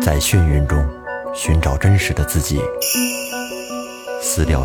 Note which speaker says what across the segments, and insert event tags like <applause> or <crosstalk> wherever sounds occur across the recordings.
Speaker 1: 在眩晕中寻找真实的自己，撕掉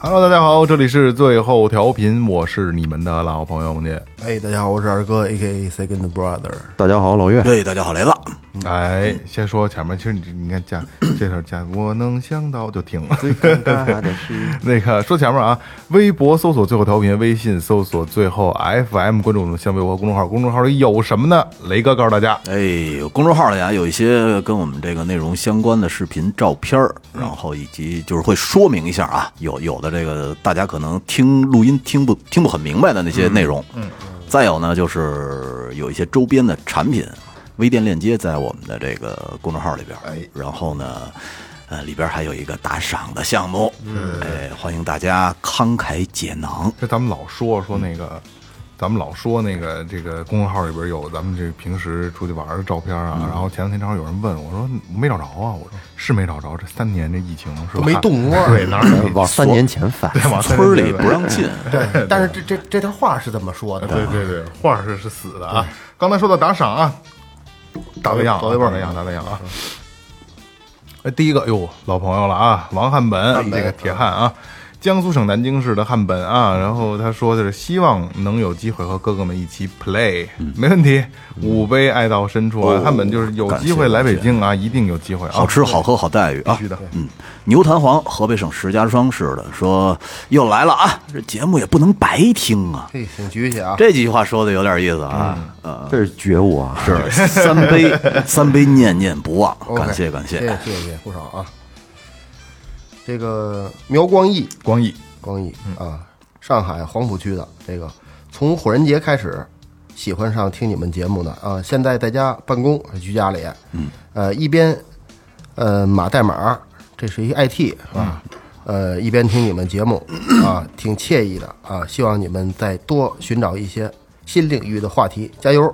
Speaker 2: Hello，大家好，这里是最后调频，我是你们的老朋友孟杰。
Speaker 3: 哎，大家好，我是二哥，A K A Second Brother。
Speaker 4: 大家好，老岳。
Speaker 5: 对，大家好，来了。
Speaker 2: 哎，先说前面，其实你你看加这首加我能想到就停了。
Speaker 4: 最尴尬的是，
Speaker 2: <laughs> 那个说前面啊，微博搜索最后调频，微信搜索最后 FM，关注我们新浪微博公众号。公众号里有什么呢？雷哥告诉大家，
Speaker 5: 哎，有公众号里啊有一些跟我们这个内容相关的视频、照片儿，
Speaker 2: 嗯
Speaker 5: 然后以及就是会说明一下啊，有有的这个大家可能听录音听不听不很明白的那些内容。嗯，再有呢就是有一些周边的产品，微店链接在我们的这个公众号里边儿。
Speaker 2: 哎
Speaker 5: 然后呢。呃，里边还有一个打赏的项目，
Speaker 2: 嗯
Speaker 5: 哎，欢迎大家慷慨解囊。
Speaker 2: 这咱们老说说那个，
Speaker 4: 嗯
Speaker 2: 咱们老说那个这个公众号里边有咱们这平时出去玩的照片啊。
Speaker 4: 嗯
Speaker 2: 然后前两天正好有人问我说没找着啊，我说是没找着，这三年这疫情是吧？
Speaker 3: 没动窝
Speaker 2: <laughs> 对，哪儿有
Speaker 4: <laughs> 往三年前翻，
Speaker 2: 啊对往三年
Speaker 5: 村儿里
Speaker 2: 前
Speaker 5: 不
Speaker 2: <laughs>
Speaker 5: 让进，
Speaker 3: 对，但是这这这段话是这么说的，
Speaker 2: 对对对，画是是死的啊。刚才说到打赏啊，打对样啊，
Speaker 3: 走一半
Speaker 2: 打对样，打对样啊。哎，第一个，哟，老朋友了啊，王汉本，这个铁汉啊，江苏省南京市的汉本啊。然后他说的是希望能有机会和哥哥们一起 play，没问题。五杯爱到深处啊，汉本就是有机会来北京啊，一定有机会啊。
Speaker 5: 好吃好喝好待遇啊！
Speaker 2: 必须的
Speaker 5: 嗯，牛弹簧，河北省石家庄市的说又来了啊，这节目也不能白听啊。
Speaker 3: 嘿，挺局气啊。
Speaker 5: 这句话说的有点意思啊，呃，
Speaker 4: 这是觉悟啊！
Speaker 5: 是三杯 <laughs> 三杯念念不忘，感谢感
Speaker 3: 谢
Speaker 5: 谢。
Speaker 3: 谢谢谢不少啊。这个苗光义，
Speaker 2: 光义，
Speaker 3: 光义
Speaker 4: 嗯
Speaker 3: 啊，上海黄浦区的这个，从火人节开始喜欢上听你们节目的啊，现在在家办公居家里，嗯，呃，一边呃码代码，这是一 IT 啊，
Speaker 4: 嗯
Speaker 3: 呃，一边听你们节目啊，挺惬意的啊，希望你们再多寻找一些新领域的话题，加油！
Speaker 4: 啊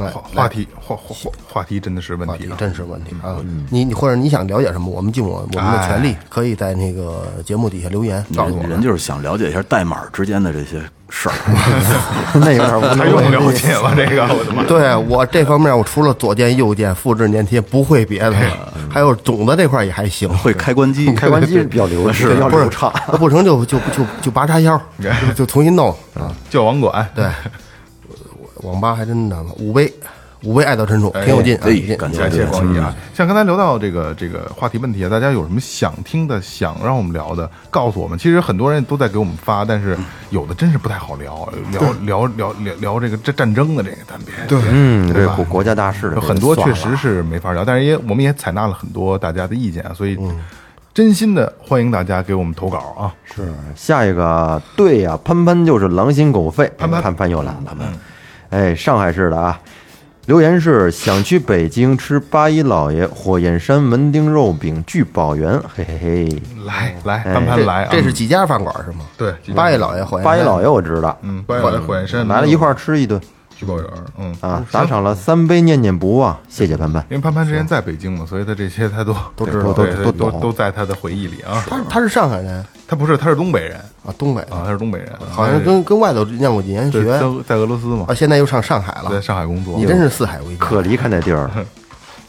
Speaker 3: 哎
Speaker 2: 话，话题话话话话题真的是问
Speaker 3: 话
Speaker 2: 题
Speaker 3: 题
Speaker 2: 啊。
Speaker 3: 真是问题啊！
Speaker 4: 嗯
Speaker 3: 你你或者你想了解什么，我们尽我我们的
Speaker 4: 哎
Speaker 3: 全力，可以在那个节目底下留言告诉我
Speaker 5: 人人
Speaker 3: 们。
Speaker 5: 就是想了解一下代码之间的这些事儿，
Speaker 4: <laughs> 那有点无
Speaker 2: 还用
Speaker 4: 聊。
Speaker 2: 了解吗？这个，我的妈！
Speaker 3: 对我这方面，我除了左键、右键、复制、粘贴，不会别的了。还有种子这块也还行，
Speaker 5: 会开关机，
Speaker 4: 开关机是比较流，是比较
Speaker 3: 不是
Speaker 4: 流畅。
Speaker 3: 那不成就就就就拔插销，就就重新弄啊！
Speaker 2: 叫网管，
Speaker 3: 对，我网吧还真难了，五杯，五杯爱到深处，挺有劲啊！
Speaker 5: 哎
Speaker 3: 有劲
Speaker 5: 感谢
Speaker 2: 感谢
Speaker 5: 对
Speaker 2: 光义啊！像刚才聊到这个这个话题问题啊，大家有什么想听的、想让我们聊的，告诉我们。其实很多人都在给我们发，但是有的真是不太好聊，聊聊聊聊聊这个这战争的这个，咱别对，
Speaker 4: 嗯，
Speaker 2: 对
Speaker 4: 这
Speaker 2: 吧
Speaker 4: 国国家大事的
Speaker 2: 有很多
Speaker 4: 这
Speaker 2: 确
Speaker 4: 个算
Speaker 2: 实
Speaker 4: 了
Speaker 2: 是没法聊，但是也我们也采纳了很多大家的意见啊，所以真心的欢迎大家给我们投稿啊！
Speaker 4: 是。下一个，对呀，潘潘就是狼心狗肺，
Speaker 2: 潘潘
Speaker 4: 潘潘又来了，潘潘。哎，上海市的啊，留言是想去北京吃八一老爷火焰山文丁肉饼聚宝园，嘿嘿嘿。
Speaker 2: 来来，潘潘来啊！
Speaker 3: 这是几家饭馆是吗？
Speaker 2: 对
Speaker 3: 八一老爷欢迎，
Speaker 4: 八一老爷我知道，
Speaker 2: 嗯，八月火焰山
Speaker 4: 来了一块儿吃一顿
Speaker 2: 聚宝园，嗯
Speaker 4: 啊，打赏了三杯，念念不忘，谢谢潘潘。
Speaker 2: 因为潘潘之前在北京嘛，所以他这些他都都
Speaker 4: 知道
Speaker 2: 对
Speaker 4: 都
Speaker 2: 对
Speaker 4: 都
Speaker 2: 都
Speaker 4: 懂
Speaker 2: 都在他的回忆里啊。
Speaker 3: 他他是上海人
Speaker 2: 他不是，他是东北人
Speaker 3: 啊，东北的，
Speaker 2: 啊，他是东北人，
Speaker 3: 好像跟跟外头念过几年
Speaker 2: 对
Speaker 3: 学
Speaker 2: 在在俄罗斯嘛
Speaker 3: 啊，，现在又上上海
Speaker 2: 在
Speaker 3: 了。
Speaker 2: 上海工作，
Speaker 3: 你真是四海为家。
Speaker 4: 可离开那地儿了，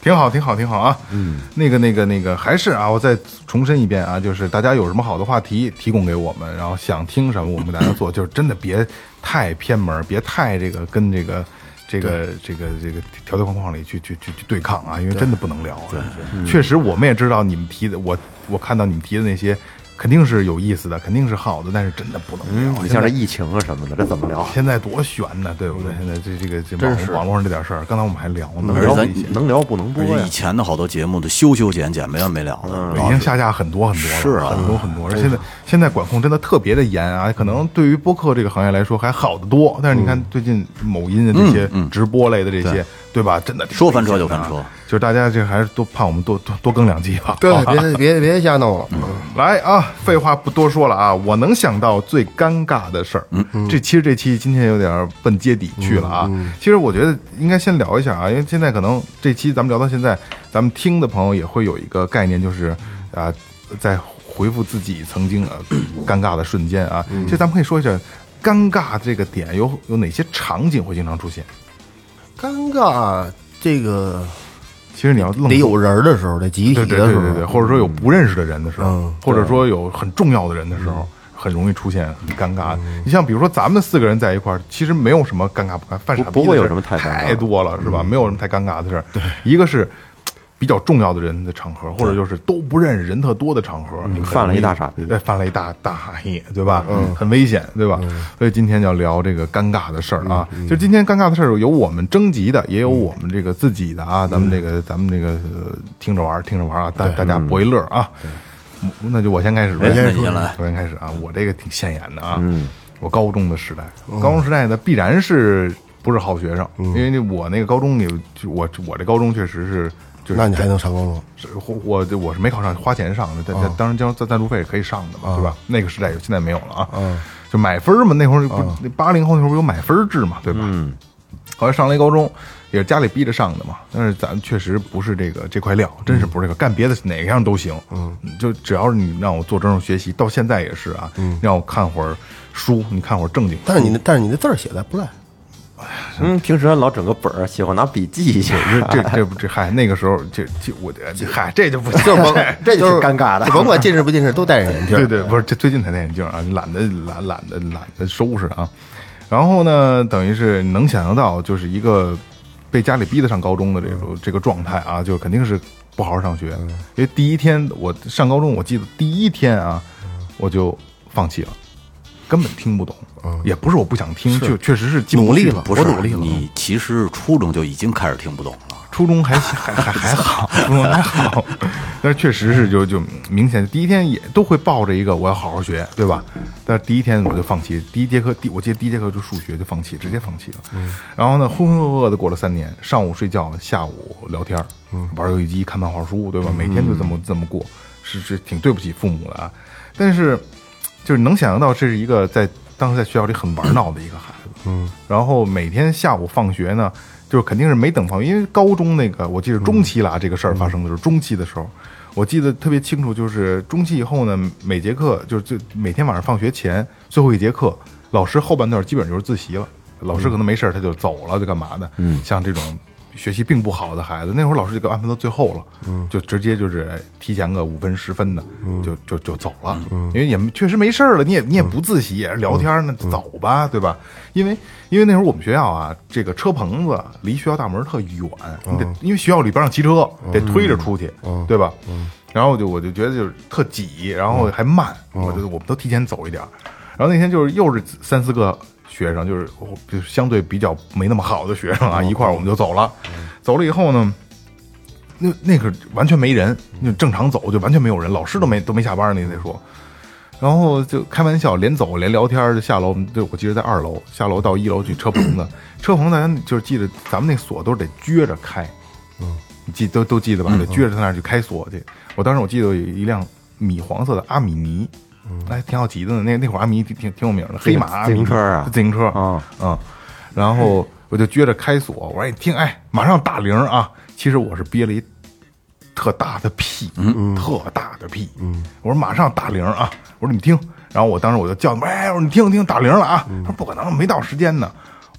Speaker 2: 挺好，挺好，挺好啊。嗯，那个那个那个，还是啊，我再重申一遍啊，就是大家有什么好的话题提供给我们，然后想听什么我们给大家做，就是真的别太偏 <laughs> 门，别太这个跟这个。这个这个这个条条框框里去去去去对抗啊，因为真的不能聊、啊。对，确实我们也知道你们提的，我我看到你们提的那些，肯定是有意思的，肯定是好的，但是真的不能聊。
Speaker 4: 你
Speaker 2: 现在
Speaker 4: 像这疫情啊什么的，这怎么聊？
Speaker 2: 现在多悬呢，对不对？现在这这个这网网络上这点事儿，刚才我们还聊呢，
Speaker 4: 能
Speaker 2: 聊
Speaker 4: 聊
Speaker 2: 了一些
Speaker 4: 能聊不能播
Speaker 5: 而且
Speaker 4: 呀
Speaker 5: 以？前的好多节目都修修剪剪没完没了的，
Speaker 2: 已经下架很多很多了，
Speaker 5: 嗯是啊
Speaker 2: 很多很多。而现在现在管控真的特别的严啊，可能对于播客这个行业来说还好得
Speaker 5: 嗯
Speaker 2: 多，但是你看最近某音的这些直播类的这些，对吧？真的挺
Speaker 5: 说翻车就
Speaker 2: 危险
Speaker 5: 翻
Speaker 2: 的啊
Speaker 5: 车，
Speaker 2: 就是大家这还是多怕我们多多多更两集吧。
Speaker 3: 对
Speaker 2: 好，吧
Speaker 3: 别别别瞎弄了。
Speaker 2: 来啊，废话不多说了啊，我能想到最尴尬的事儿，
Speaker 3: 嗯
Speaker 2: 这其实这期今天有点奔揭底去了啊。
Speaker 3: 嗯
Speaker 2: 其实我觉得应该先聊一下啊，因为现在可能这期咱们聊到现在，咱们听的朋友也会有一个概念，就是啊，在回复自己曾经呃尴尬的瞬间啊。
Speaker 3: 嗯
Speaker 2: 其实咱们可以说一下，尴尬这个点有有哪些场景会经常出现？
Speaker 3: 尴尬，啊这个
Speaker 2: 其实你要愣
Speaker 3: 得有人儿的时候，得集体
Speaker 2: 对对嗯
Speaker 3: 的
Speaker 2: 对
Speaker 3: 时
Speaker 2: 对对，
Speaker 3: 候，
Speaker 2: 或者说有不认识的人的时候，
Speaker 3: 嗯
Speaker 2: 或者说有很重要的人的时候，很容易出现很尴尬。
Speaker 3: 嗯
Speaker 2: 你像比如说咱们四个人在一块儿，其实没有什么尴尬不尴尬，犯傻逼
Speaker 4: 不不会有
Speaker 2: 的事
Speaker 4: 什么太尴尬
Speaker 2: 太多了，
Speaker 3: 嗯
Speaker 2: 是吧？没有什么太尴尬的事儿。对，一个是。比较重要的人的场合，或者就是都不认识人特多的场合，你
Speaker 4: 嗯犯了一大傻逼
Speaker 2: 对，犯了一大大傻逼，对吧？嗯，很危险，对吧？所以今天要聊这个尴尬的事儿啊，就今天尴尬的事儿有我们征集的，也有我们这个自己的啊，咱们这个咱们这个呃听着玩儿，听着玩儿啊，大大家博一乐啊。嗯那就我先开始吧，
Speaker 5: 哎那你先来
Speaker 2: 我先开始啊，我这个挺显眼的啊，我高中的时代，高中时代呢必然是不是好学生，因为那我那个高中里，就我我这高中确实是就是
Speaker 3: 那你还能上高中？
Speaker 2: 是我我我是没考上，花钱上的，但但当然交赞赞助费是可以上的嘛，对吧？那个时代有，现在没有了啊。就买分儿嘛，那会儿不八零后那会儿不有买分儿制嘛，对吧？
Speaker 3: 嗯
Speaker 2: 后来上了一高中，也是家里逼着上的嘛，但是咱确实不是这个这块料，真是不是这个，干别的哪样都行，嗯，就只要是你让我做这种学习，到现在也是啊，让我看会儿书，你看会儿正经书，
Speaker 3: 但是你那但是你那字儿写的不赖，
Speaker 4: 嗯，平时还老整个本儿，喜欢拿笔记
Speaker 2: <laughs>
Speaker 4: 一下。
Speaker 2: 这这这嗨，那个时候这这我这嗨这就不行，<laughs>
Speaker 3: 就甭
Speaker 4: 这就
Speaker 3: 就是
Speaker 4: 尴尬的
Speaker 3: 就甭管近视不近视，都戴着眼镜儿。
Speaker 2: 对对，不是，这最近才戴眼镜啊，懒得懒懒得懒得收拾啊。然后呢，等于是能想象到，就是一个被家里逼得上高中的这种
Speaker 3: 嗯
Speaker 2: 这个状态啊，就肯定是不好好上学，因为第一天我上高中，我记得第一天啊，
Speaker 3: 嗯
Speaker 2: 我就放弃了。根本听不懂，也不是我不想听，确确实是进不
Speaker 3: 嗯努力
Speaker 2: 去
Speaker 3: 了
Speaker 5: 不是
Speaker 3: 我努力了
Speaker 5: 你其实初中就已经开始听不懂了，
Speaker 2: 初中还还还还好， <laughs> 初中还好，但是确实是就就明显，第一天也都会抱着一个我要好好学，对吧？但是第一天我就放弃，第一节课第我记得第一节课就数学就放弃，直接放弃了。然后呢，浑浑噩噩的过了三年，上午睡觉，下午聊天，玩游戏机，看漫画书，对吧？每天就这么这么过，是是挺对不起父母的啊。但是就是能想象到，这是一个在当时在学校里很玩闹的一个孩子。嗯，然后每天下午放学呢，就是肯定是没等放学，因为高中那个我记得中期啦，这个事儿发生的时候，中期的时候，我记得特别清楚，就是中期以后呢，每节课就是就每天晚上放学前最后一节课，老师后半段基本就是自习了，老师可能没事儿他就走了，就干嘛的？嗯，像这种。学习并不好的孩子，那会儿老师就给安排到最后了，就直接就是哎提前个五分十分的，就就就走了，因为也没确实没事儿了，你也你也不自习，也是聊天儿，那走吧，对吧？因为因为那会儿我们学校啊，这个车棚子离学校大门特远，你得因为学校里边让骑车，得推着出去，对吧？然后我就我就觉得就是特挤，然后还慢，我就我们都提前走一点儿。然后那天就是又是三四个学生，就是我就是相对比较没那么好的学生啊，一块儿我们就走了。走了以后呢，那那个完全没人，那正常走就完全没有人，老师都没都没下班呢，那得说。然后就开玩笑，连走连聊天儿就下楼。对，我记得在二楼，下楼到一楼去车棚子， <clears throat> 车棚子大家就是记得咱们那锁都是得撅着开，
Speaker 4: 嗯
Speaker 2: 你记都都记得吧？得撅着他那儿去开锁去。我当时我记得有一辆米黄色的阿米尼，哎，挺好骑的呢。那那会儿阿米尼挺挺挺有名的，黑马阿米尼
Speaker 4: 嗯自行车啊
Speaker 2: 自行车
Speaker 4: 嗯
Speaker 2: 嗯，然后我就撅着开锁，我说一听，哎，马上打铃啊！其实我是憋了一特大的屁，特大的屁，我说马上打铃啊！我说你们听，然后我当时我就叫他们，哎，我说你听听，打铃了啊！他说不可能，没到时间呢。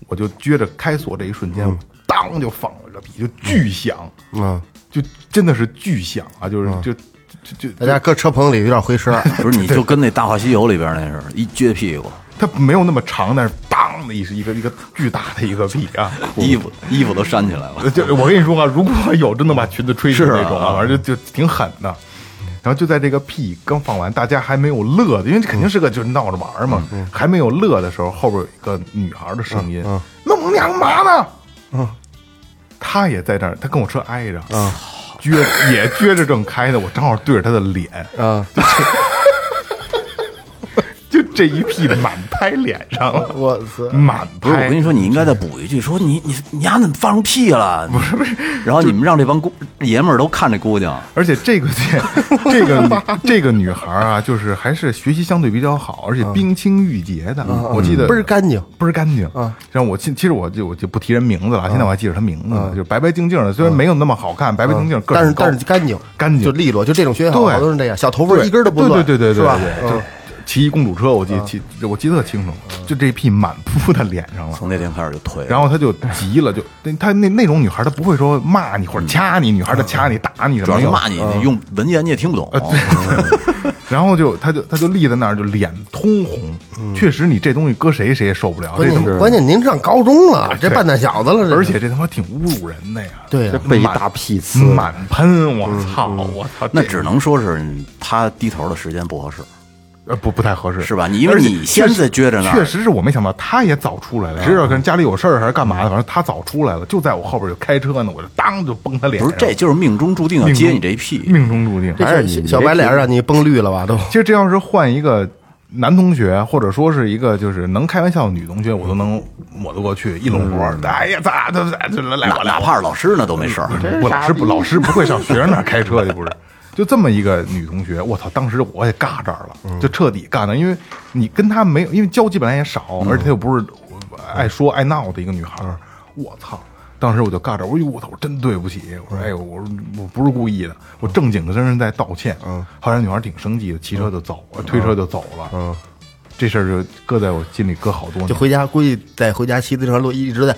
Speaker 2: 我就撅着开锁这一瞬间，我当就放了个屁，就巨响，
Speaker 3: 嗯，
Speaker 2: 就真的是巨响啊！就是就就就
Speaker 3: <laughs> 大家搁车棚里有点回声儿。
Speaker 5: <laughs> 不是你就跟那《大话西游》里边那似的，一撅屁股，
Speaker 2: 它没有那么长，但是当的一声一个一个巨大的一个屁啊！
Speaker 5: 衣服衣服都扇起来
Speaker 2: <laughs>
Speaker 5: 了。
Speaker 2: 就我跟你说啊，如果有真的把裙子吹起
Speaker 5: 是啊
Speaker 2: 那种啊，反正就就挺狠的。然后就在这个屁刚放完，大家还没有乐的，因为这肯定是个就是闹着玩儿嘛，
Speaker 5: 嗯
Speaker 2: 还没有乐的时候，后边有一个女孩的声音：“弄娘嘛呢？”
Speaker 5: 嗯
Speaker 2: 她也在这儿，她跟我车挨着， <laughs> 撅也撅
Speaker 5: 嗯
Speaker 2: 着正开呢，我正好对着她的脸，
Speaker 3: 啊，
Speaker 2: <laughs> 就这这一屁满拍脸上了，
Speaker 3: 我操！
Speaker 2: <laughs> 满
Speaker 5: 不是，我
Speaker 2: 拍
Speaker 5: 跟。你说，你应该再补一句，说你你你丫怎么放出屁了？不是不是，然后你们让这帮姑爷们儿都看这姑娘，
Speaker 2: 而且这个
Speaker 3: <laughs>
Speaker 2: 这这个女这个女孩啊，就是还是学习相对比较好，而且冰清玉洁
Speaker 3: 嗯
Speaker 2: 的。我记得
Speaker 3: 倍儿干嗯净
Speaker 2: 倍儿干净。像我其其实我就我就不提人名字
Speaker 3: 嗯
Speaker 2: 了，现在我还记着她名字呢，就白白净净的，虽然没有那么好看，白白净净，个儿
Speaker 3: 但是
Speaker 2: 很高
Speaker 3: 但是干净
Speaker 2: 干净
Speaker 3: 就利落，就这种学校
Speaker 2: 对
Speaker 3: 好多人这样，小头发
Speaker 2: 对
Speaker 3: 一根儿都不乱，
Speaker 2: 对对对对
Speaker 3: 是吧？嗯
Speaker 2: 对对就骑一公主车，我记骑我记得特清楚，就这一屁满扑她脸上了。
Speaker 5: 从那天开始就退了。
Speaker 2: 然后他就急了，就那他那那种女孩，她不会说骂你
Speaker 3: 嗯
Speaker 2: 或者掐你，女孩她掐你打你什么的，嗯呃
Speaker 5: 主要是骂你，你用文言你也听不懂。
Speaker 2: 然后就他就他就立在那儿，就脸通红。确实，你这东西搁谁谁也受不了。
Speaker 3: 关
Speaker 2: 这他妈
Speaker 3: 键关键您上高中了，这
Speaker 2: 对
Speaker 3: 半大小子了，这
Speaker 2: 而且这他妈挺侮辱人的呀！
Speaker 3: 对
Speaker 4: 这
Speaker 3: 呀，
Speaker 4: 被一大屁呲，
Speaker 2: 满喷，我操，我操，
Speaker 5: 那
Speaker 2: 这
Speaker 5: 只能说是他低头的时间不合适，
Speaker 2: 呃不不太合适，
Speaker 5: 是吧？你因为
Speaker 2: 而且
Speaker 5: 你先在撅着那
Speaker 2: 确
Speaker 5: 儿，
Speaker 2: 实是我没想到，他也早出来了，谁知道可能家里有事儿还是干嘛的，反正他早出来了，就在我后边就开车呢，我就当就崩他脸
Speaker 5: 不
Speaker 2: 上。
Speaker 5: 是，这就是命中注定要
Speaker 2: 命中
Speaker 5: 接你这一屁。
Speaker 2: 命中注定。
Speaker 3: 这
Speaker 4: 还是你
Speaker 3: 小
Speaker 4: 你
Speaker 3: 小
Speaker 4: 这
Speaker 3: 白脸让你崩绿了吧都。
Speaker 2: 其实这要是换一个男同学，或者说是一个就是能开玩笑的女同学，我都能抹得过去，一拢活儿。哎呀，咋咋咋，就来来
Speaker 5: 哪
Speaker 2: 我来嗯
Speaker 5: 哪
Speaker 2: 我。
Speaker 5: 怕是老师那都没事儿，
Speaker 2: 不，老师不，老师不会上学生那儿开车去，不是？ <laughs> 就这么一个女同学，我操！当时我也尬这儿了，就彻底尬那儿，因为你跟她没有，因为交际本来也少，而且她又不是呃爱说爱闹的一个女孩儿，我操！当时我就尬这儿，我说：“哟，我操！我真对不起！”我说：“哎呦，我说我不是故意的，我正经的真是在道歉。”嗯，后来女孩儿挺生气的，骑车就走，推车就走了。嗯，这事儿就搁在我心里搁好多
Speaker 3: 就
Speaker 2: 年。
Speaker 3: 回家，估计在回家骑自行车路
Speaker 2: <laughs>
Speaker 3: 一直在，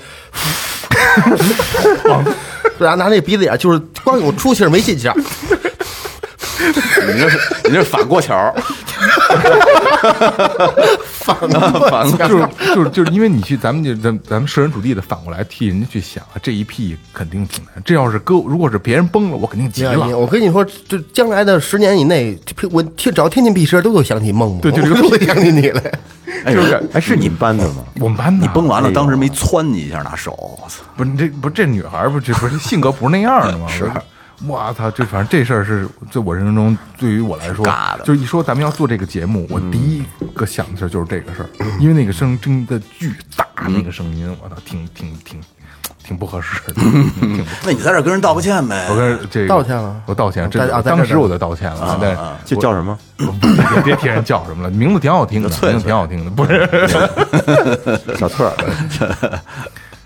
Speaker 3: 拿拿那鼻子眼，就是光有出气儿没进
Speaker 2: <laughs>
Speaker 3: 气儿，
Speaker 5: 你这是你这是反过桥
Speaker 2: <laughs>
Speaker 5: 儿，
Speaker 3: 反过
Speaker 5: <laughs> 反过
Speaker 2: <laughs> 就是就是就是因为你去，咱们就咱咱们设身处地的反过来替人家去想，啊这一屁肯定挺难。这要是搁，如果是别人崩了，我肯定急
Speaker 3: 你看你
Speaker 2: 了。
Speaker 3: 我跟你说，这将来的十年以内，这我天只要天天闭车，都会想起梦梦，
Speaker 2: 对就这个
Speaker 3: <laughs> 都会想起你来。
Speaker 5: 哎，是
Speaker 4: 哎，是你们班的吗？
Speaker 2: 我们班
Speaker 5: 你
Speaker 2: 你
Speaker 5: 崩完了，当时没窜你一下拿手，我操！
Speaker 2: 不是你这不是这女孩儿不这不是性格不是那样
Speaker 3: <laughs>
Speaker 2: 的吗？是，我操！就反正这事儿是在我人生中对于我来说
Speaker 5: 尬的，
Speaker 2: 就是一说咱们要做这个节目，我
Speaker 3: 嗯
Speaker 2: 第一个想的事儿就是这个事儿，因为那个声真的巨大，
Speaker 3: 嗯
Speaker 2: 那个声音我操，挺挺挺挺不合适
Speaker 3: <laughs>
Speaker 2: 的。挺
Speaker 5: 那你在这儿跟人道个歉呗
Speaker 2: 我。跟这个
Speaker 3: 道歉了
Speaker 2: 我道歉，这
Speaker 3: 在啊在这儿啊
Speaker 2: 当时我就道歉了，但是
Speaker 4: 就叫什么？
Speaker 2: 别 <coughs> 别提人叫什么了，名字挺好听的，名字挺好听的，不是， <laughs>
Speaker 4: 小翠儿，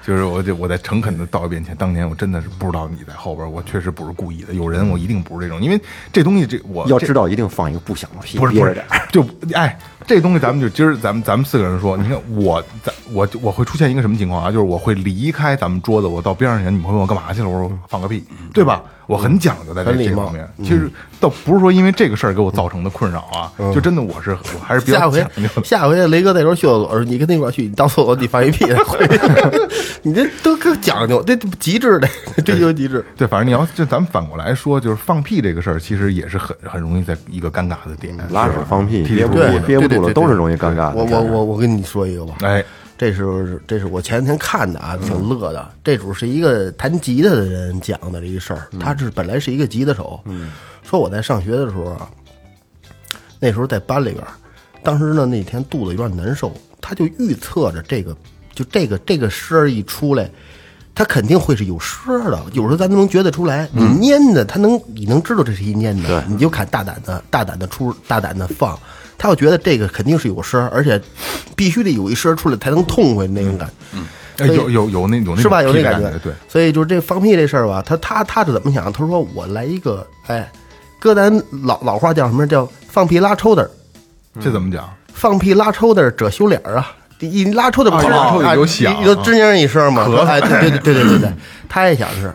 Speaker 2: 就是我就我在诚恳的道一遍歉，当年我真的是不知道你在后边，我确实不是故意的，有人我一定不是这种，因为这东西这我
Speaker 4: 要
Speaker 2: 这
Speaker 4: 知道一定放一个不响的屁，
Speaker 2: 不是
Speaker 4: 憋
Speaker 2: 不
Speaker 4: 着
Speaker 2: 是
Speaker 4: 点儿。，
Speaker 2: 就哎，这东西咱们就今儿咱们咱们四个人说，你看我咱我我会出现一个什么情况啊？就是我会离开咱们桌子，我到边上去，你们会问我干嘛去了，我说放个屁，对吧？我很讲究在这
Speaker 3: 嗯很礼
Speaker 2: 这
Speaker 3: 貌
Speaker 2: 方面，其实倒不是说因为这个事儿给我造成的困扰啊，就真的我是我还是比
Speaker 3: 嗯下
Speaker 2: 较
Speaker 3: 回
Speaker 2: 讲究的。
Speaker 3: 下回雷哥再说去厕所，你跟那块儿去，你到厕所你放一屁再
Speaker 2: <laughs>
Speaker 3: 回去，你这都可讲究，这极致的，追求极致。
Speaker 2: 对，反正你要就咱们反过来说，就是放屁这个事儿，其实也是很很容易在一个尴尬的点，
Speaker 4: 嗯拉屎放屁，憋不住
Speaker 3: 对，
Speaker 4: 憋
Speaker 3: 对
Speaker 4: 不
Speaker 3: 对
Speaker 4: 住了，
Speaker 3: 对
Speaker 4: 都是容易尴尬的。
Speaker 3: 我我我我跟你说一个吧，
Speaker 2: 哎，
Speaker 3: 这是这是我前天看的啊，挺乐的。这主是一个弹吉他的人讲的这一事儿，他是本来是一个吉他手，说我在上学的时候啊，那时候在班里边儿，当时呢那天肚子有点难受，他就预测着这个就这个这个声儿一出来。他肯定会是有声儿的，有时候咱都能觉得出来。你
Speaker 2: 嗯
Speaker 3: 念的，他能，你能知道这是一念的，你就敢大胆的、大胆的出、大胆的放。他要觉得这个肯定是有声儿，而且必须得有一声儿出来才能痛快那种感觉。
Speaker 2: 哎有有有那有那
Speaker 3: 是吧？有
Speaker 2: 那
Speaker 3: 那感
Speaker 2: 感
Speaker 3: 觉，
Speaker 2: 对，
Speaker 3: 所以就是这放屁这事儿吧，他他他是怎么想？他说我来一个，哎，搁咱老老话叫什么？叫放屁拉抽的儿，
Speaker 2: 这怎么讲？
Speaker 3: 放屁拉抽的儿者羞脸儿啊。一拉抽的
Speaker 2: 啊
Speaker 3: 不是
Speaker 2: 拉抽的
Speaker 3: 啊
Speaker 2: 有响
Speaker 3: 你就吱呀一声嘛。
Speaker 2: 咳
Speaker 3: 哎，对对对对对对对，他也想是，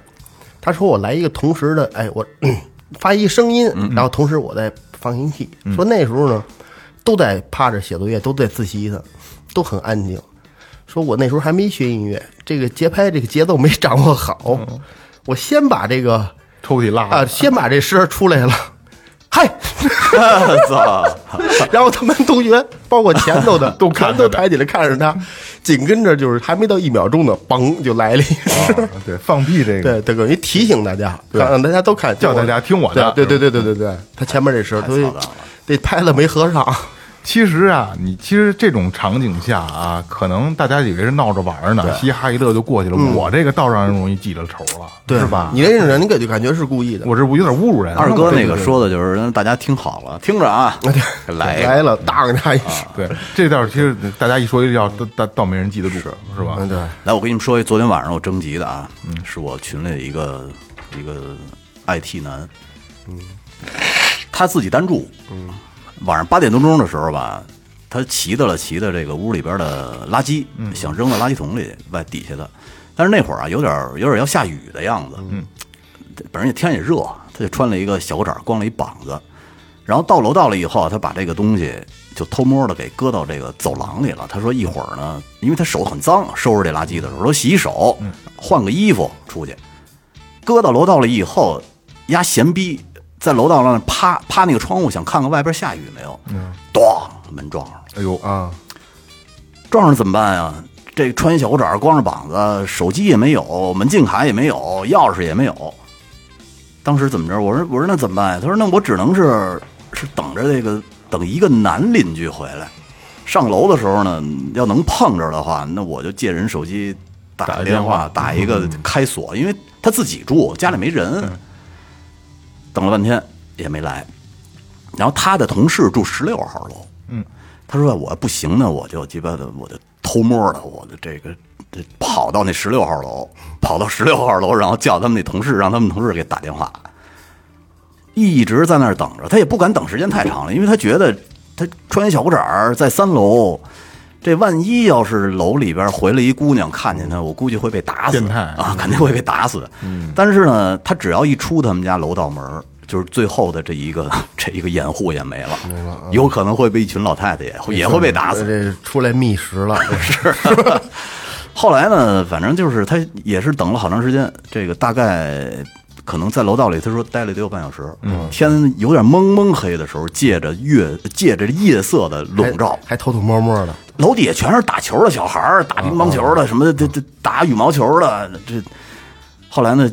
Speaker 3: 他说我来一个同时的，哎，我咳发一声音，
Speaker 2: 嗯
Speaker 3: 然后同时我再放音器。说那时候呢，都在趴着写作业，都在自习呢，都很安静。说我那时候还没学音乐，这个节拍这个节奏没掌握好，我先把这个
Speaker 2: 抽屉拉
Speaker 3: 啊，
Speaker 2: 嗯了，
Speaker 3: 先把这诗出来了，嗨。
Speaker 5: <laughs> 操！
Speaker 3: <laughs> 然后他们同学，包括前头的，
Speaker 2: <laughs> 都看着
Speaker 3: 全都
Speaker 2: 他
Speaker 3: 抬起来看
Speaker 2: <laughs>
Speaker 3: 着他，紧跟着就是还没到一秒钟呢，嘣就来了一声。
Speaker 2: <laughs> 啊对，放屁这个
Speaker 3: 对，对，等于提醒大家，让大家都看，
Speaker 2: 叫大家听我的嗯 <laughs>
Speaker 3: 对对对对对对对，他前面这时候，所以这拍子没合上，
Speaker 2: 其实啊，你其实这种场景下啊，可能大家以为是闹着玩儿呢，嘻哈一乐就过去了。我这个倒让人容易记着仇了，是吧？
Speaker 3: 你那种人，你感觉感觉是故意的。
Speaker 2: 我这不有点侮辱人。啊
Speaker 5: 二哥那
Speaker 2: 对
Speaker 5: 个说的就是让大家听好了，听着啊， <laughs> 来，
Speaker 3: 来了，大给他一手。
Speaker 2: 啊对，这倒是其实大家一说要倒倒倒没人记得住，是吧？
Speaker 3: 嗯，对，
Speaker 5: 来，我跟你们说一，昨天晚上我征集的啊，是我群里的一个一个 IT 男，他自己单住，晚上八点多钟的时候吧，他骑到了骑到这个屋里边的垃圾，想扔到垃圾桶里外底下的，但是那会儿啊，有点有点要下雨的样子，本身天也热，他就穿了一个小裤衩，光了一膀子，然后到楼道了以后，他把这个东西就偷摸的给搁到这个走廊里了。他说一会儿呢，因为他手很脏，收拾这垃圾的时候说洗手，换个衣服出去。搁到楼道里以后，丫闲逼在楼道那儿趴趴那个窗户，想看看外边下雨没有，咚门撞上了。
Speaker 2: 哎呦啊，
Speaker 5: 撞上怎么办呀？这穿一小裤衩，光着膀子，手机也没有，门禁卡也没有，钥匙也没有。当时怎么着？我说我说那怎么办呀？他说那我只能是是等着这个等一个男邻居回来。上楼的时候呢，要能碰着的话，那我就借人手机打
Speaker 2: 打
Speaker 5: 个
Speaker 2: 个
Speaker 5: 电
Speaker 2: 电
Speaker 5: 话嗯
Speaker 2: 话，
Speaker 5: 打一个开锁，因为他自己住，家里没人。等了半天也没来，然后他的同事住十六号楼，嗯，他说我不行呢，我就鸡巴的，我就偷摸的，我的这个这跑到那十六号楼，跑到十六号楼，然后叫他们那同事，让他们同事给打电话，一直在那儿等着，他也不敢等时间太长了，因为他觉得他穿一小裤衩儿在三楼。这万一要是楼里边回来一姑娘看见他，我估计会被打死
Speaker 2: 变态
Speaker 5: 啊，肯定会被打死。但是呢，他只要一出他们家楼道门儿，就是最后的这一个 <laughs> 这一个掩护也没了，有可能会被一群老太太也会也会被打死。
Speaker 3: 这出来觅食
Speaker 5: <laughs>
Speaker 3: 了，
Speaker 5: 后来呢，反正就是他也是等了好长时间，这个大概可能在楼道里，他说待了得有半小时，天有点蒙蒙黑的时候，借着月借着夜色的笼罩，
Speaker 3: 还偷偷摸摸的。
Speaker 5: 楼底下全是打球的小孩儿，打乒乓
Speaker 2: 哦
Speaker 5: 球的，什么的，这这打羽毛球的，这。后来呢，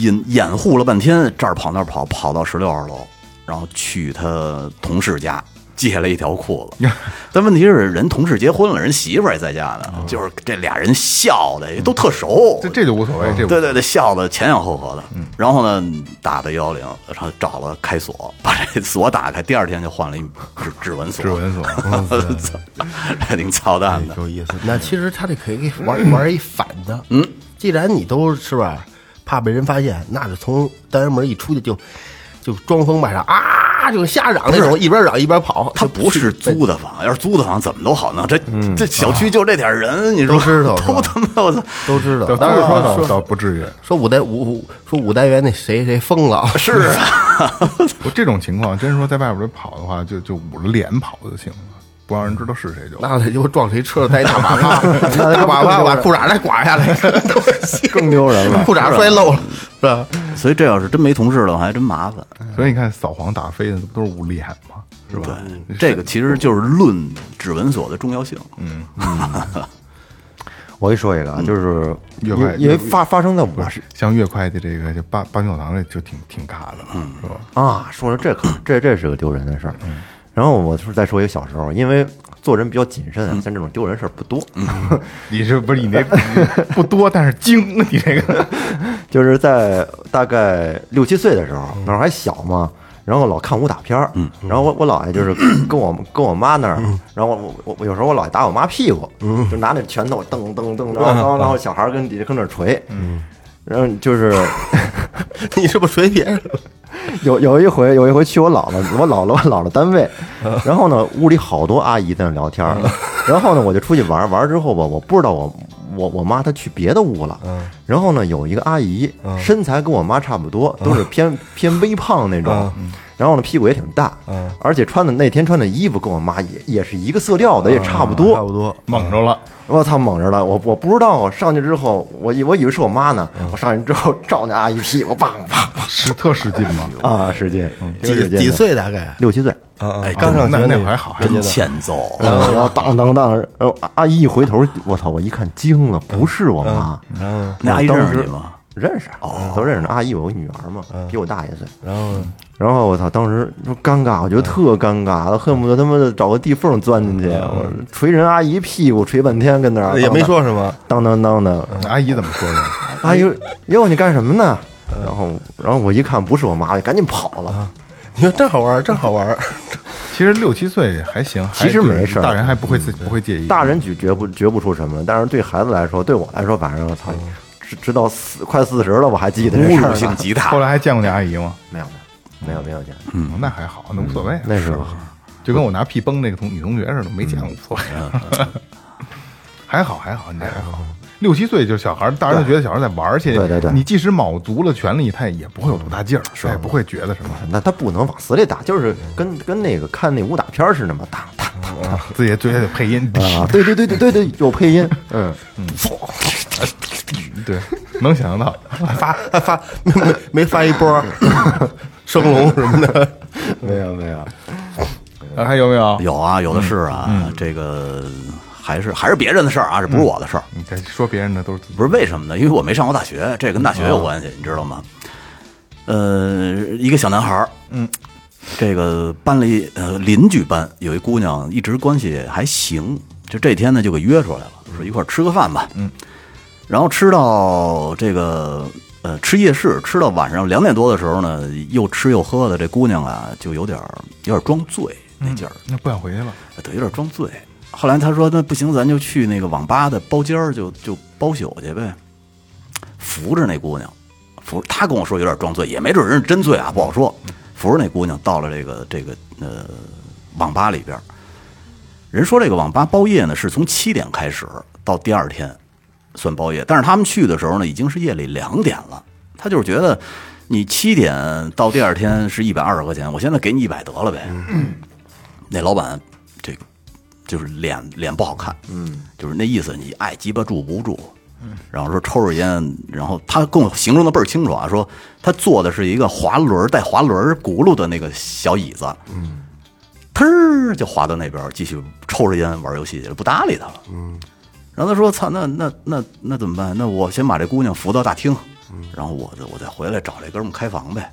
Speaker 5: 掩掩护了半天，这儿跑那儿跑，跑到十六号楼，然后去他同事家借了一条裤
Speaker 2: <laughs>
Speaker 5: 子。但问题是，人同事结婚了，人媳妇儿也在家呢，
Speaker 2: 哦
Speaker 5: 就是这俩人笑的都特熟，
Speaker 2: 这这就无所谓，嗯这无嗯
Speaker 5: 对对对，笑的前仰后合的。然后呢，打的幺幺零，然后找了开锁，把这锁打开，第二天就换了一指指纹锁，
Speaker 2: 指纹
Speaker 5: <laughs>
Speaker 2: 锁
Speaker 5: 操，还挺操蛋的。
Speaker 3: 有意思。那其实他这可以玩玩一反的，嗯，既然你都是吧，怕被人发现，那就从单元门一出去就就装疯卖傻啊，就瞎嚷那种，一边嚷一边跑。
Speaker 5: 他不是租的房，要是租的房怎么都好弄。这这小区就这点人，你说
Speaker 3: 都知道是吧
Speaker 5: <laughs> 都他妈我操，
Speaker 3: 都知
Speaker 5: <laughs>
Speaker 3: 道
Speaker 2: 要，
Speaker 3: 当
Speaker 2: 当
Speaker 3: 时
Speaker 2: 时说
Speaker 3: 说
Speaker 2: 倒
Speaker 3: 说
Speaker 2: 倒不至于。
Speaker 3: 说五代五五说五代元那谁谁疯了，
Speaker 5: <laughs> 是啊，
Speaker 2: 不，这种情况真说在外边跑的话，就就捂着脸跑就行了，不让人知道是谁就。
Speaker 3: 那得就撞谁车带一大粑
Speaker 5: <laughs>
Speaker 3: 粑，大粑粑把裤衩再刮下来，都是
Speaker 4: 更丢人
Speaker 2: <laughs> 嗯
Speaker 4: 了。
Speaker 3: 裤衩摔漏了，是吧？
Speaker 5: 所以这要是真没同事的话，还真麻烦。
Speaker 2: 所以你看，扫黄打非的都是捂脸嘛，是吧？
Speaker 5: 对，这个其实就是论指纹锁的重要性。
Speaker 4: 我给你说一个
Speaker 2: 嗯
Speaker 4: 啊，就是
Speaker 2: 越
Speaker 4: 因
Speaker 2: 快
Speaker 4: 为因为发发生在我身
Speaker 2: 像岳会计这个，就八八九小堂这就挺挺尬的，是吧？
Speaker 4: 啊，说着这可这这是个丢人的事儿。然后我就是再说一个小时候，因为做人比较谨慎啊，像这种丢人事儿不多。
Speaker 2: 你是不是你那你不多，但是精，你这个
Speaker 4: <laughs> 就是在大概六七岁的时候，那会儿还小嘛，然后老看武打片儿，然后我我姥爷就是跟我跟我妈那儿，然后我我我有时候我姥爷打我妈屁股，就拿那拳头噔噔噔，然后然后小孩儿跟底下跟那儿捶，然后就是
Speaker 3: 你是不是随便？
Speaker 4: 有有一回有一回去我姥姥我姥姥我姥姥单位，然后呢屋里好多阿姨在那聊天儿，然后呢我就出去玩儿玩儿之后吧，我不知道我我我妈她去别的屋了，
Speaker 3: 嗯
Speaker 4: 然后呢有一个阿姨身材跟我妈差不多，都
Speaker 3: 嗯
Speaker 4: 是偏偏微胖那种。然后呢，屁股也挺大，
Speaker 3: 嗯
Speaker 4: 而且穿的那天穿的衣服跟我妈也也是一个色调的，也差不多，
Speaker 3: 差不多，
Speaker 2: 蒙着了，
Speaker 4: 我操，猛着了！我我不知道，我上去之后，我以我以为是我妈呢，
Speaker 3: 嗯
Speaker 4: 我上去之后照那阿姨屁股，梆梆
Speaker 2: 是特使劲嘛。
Speaker 4: 梆啊，使劲，挺
Speaker 3: 嗯几
Speaker 4: 使劲
Speaker 3: 几
Speaker 4: 的？
Speaker 3: 岁大概？
Speaker 4: 六七岁。
Speaker 5: 哎，
Speaker 3: 刚
Speaker 2: 啊
Speaker 3: 上学
Speaker 2: 那那
Speaker 3: 那
Speaker 2: 会儿还好，还
Speaker 5: 真欠揍。
Speaker 4: 然后然后当当当，然后阿姨一回头，我操！我一看惊了，不是我妈，
Speaker 5: 那阿姨
Speaker 4: 当
Speaker 5: 认识
Speaker 4: 时
Speaker 5: 你吗？
Speaker 4: 认识，啊都认识呢。阿姨有个女儿嘛，比我大一岁。
Speaker 3: 然后
Speaker 4: 然后我操，当时就尴尬，我觉得特尴尬，都恨不得他妈的找个地缝钻进去。我捶人阿姨屁股捶半天，跟那儿
Speaker 3: 也没说什么，
Speaker 4: 当当当的。
Speaker 2: 阿姨怎么说的？
Speaker 4: 阿姨，哟，你干什么呢？然后，然后我一看不是我妈，我赶紧跑了。
Speaker 3: 你说真好玩，真好玩。
Speaker 2: 其实六七岁还行，还
Speaker 4: 其实没事儿
Speaker 2: 大人还不会自己不会介意。
Speaker 4: 大人举绝不绝不出什么，但是对孩子来说，对我来说，反正我操，直直到四快四十了，我还记得这事
Speaker 5: 侮
Speaker 4: 儿
Speaker 5: 辱
Speaker 4: 呢。
Speaker 5: 性极
Speaker 2: 后
Speaker 5: 大。
Speaker 2: 来还见过那阿姨吗？
Speaker 4: 没有没有没有没有见，
Speaker 2: 嗯，那还好，那无所谓啊。
Speaker 4: 那时候
Speaker 2: 就跟我拿屁崩那个同女同学似的，没见过无所谓。 <laughs> 还好还好，你嗯这还好。六七岁就小孩儿，大人就觉得小孩儿在玩儿，而且
Speaker 4: 对对对
Speaker 2: 你即使卯足了全力，他也不会有多大劲儿，他也不会觉 <laughs> 得什么，
Speaker 4: 那他不能往死里打，就是跟跟那个看那武打片儿似的嘛，打打
Speaker 2: 自己嘴里得配音，
Speaker 4: 啊！对对对对对对，有配音，嗯，
Speaker 2: <laughs> 对，能想象到。
Speaker 3: 发还发没没没发一波 <laughs> 升龙什么的，
Speaker 4: 没有没有，
Speaker 2: 啊还有没有？
Speaker 5: 有啊，有的是啊，这个还是还是别人的事儿啊，这不是我的事儿。
Speaker 2: 你这说别人的都是自己
Speaker 5: 不是为什么呢？因为我没上过大学，这跟大学有关系，你知道吗？呃，一个小男孩嗯，这个班里呃邻居班有一姑娘，一直关系还行，就这天呢就给约出来了，说一块儿吃个饭吧，嗯，然后吃到这个呃吃夜市，吃到晚上两点多的时候呢，又吃又喝的，这姑娘啊就有点儿有点儿装醉那劲儿，
Speaker 2: 那不想回去了。
Speaker 5: 对，有点装醉。后来他说：“那不行，咱就去那个网吧的包间儿，就就包宿去呗。”扶着那姑娘，扶她跟我说有点装醉，也没准人是真醉啊，不好说。扶着那姑娘到了这个这个呃网吧里边儿，人说这个网吧包夜呢是从七点开始到第二天算包夜，但是他们去的时候呢已经是夜里两点了。他就是觉得你七点到第二天是一百二十块钱，我现在给你一百得了呗。那老板这个就是脸脸不好看，嗯，就是那意思，你爱鸡巴住不住。然后说抽着烟，然后他跟我形容的倍儿清楚啊，说他坐的是一个滑轮儿带滑轮儿轱辘的那个小椅子，嗯，呲儿就滑到那边儿，继续抽着烟玩游戏去了，不搭理他了，嗯。然后他说：“操，那那那那怎么办？那我先把这姑娘扶到大厅，然后我我再回来找这哥们儿开房呗。”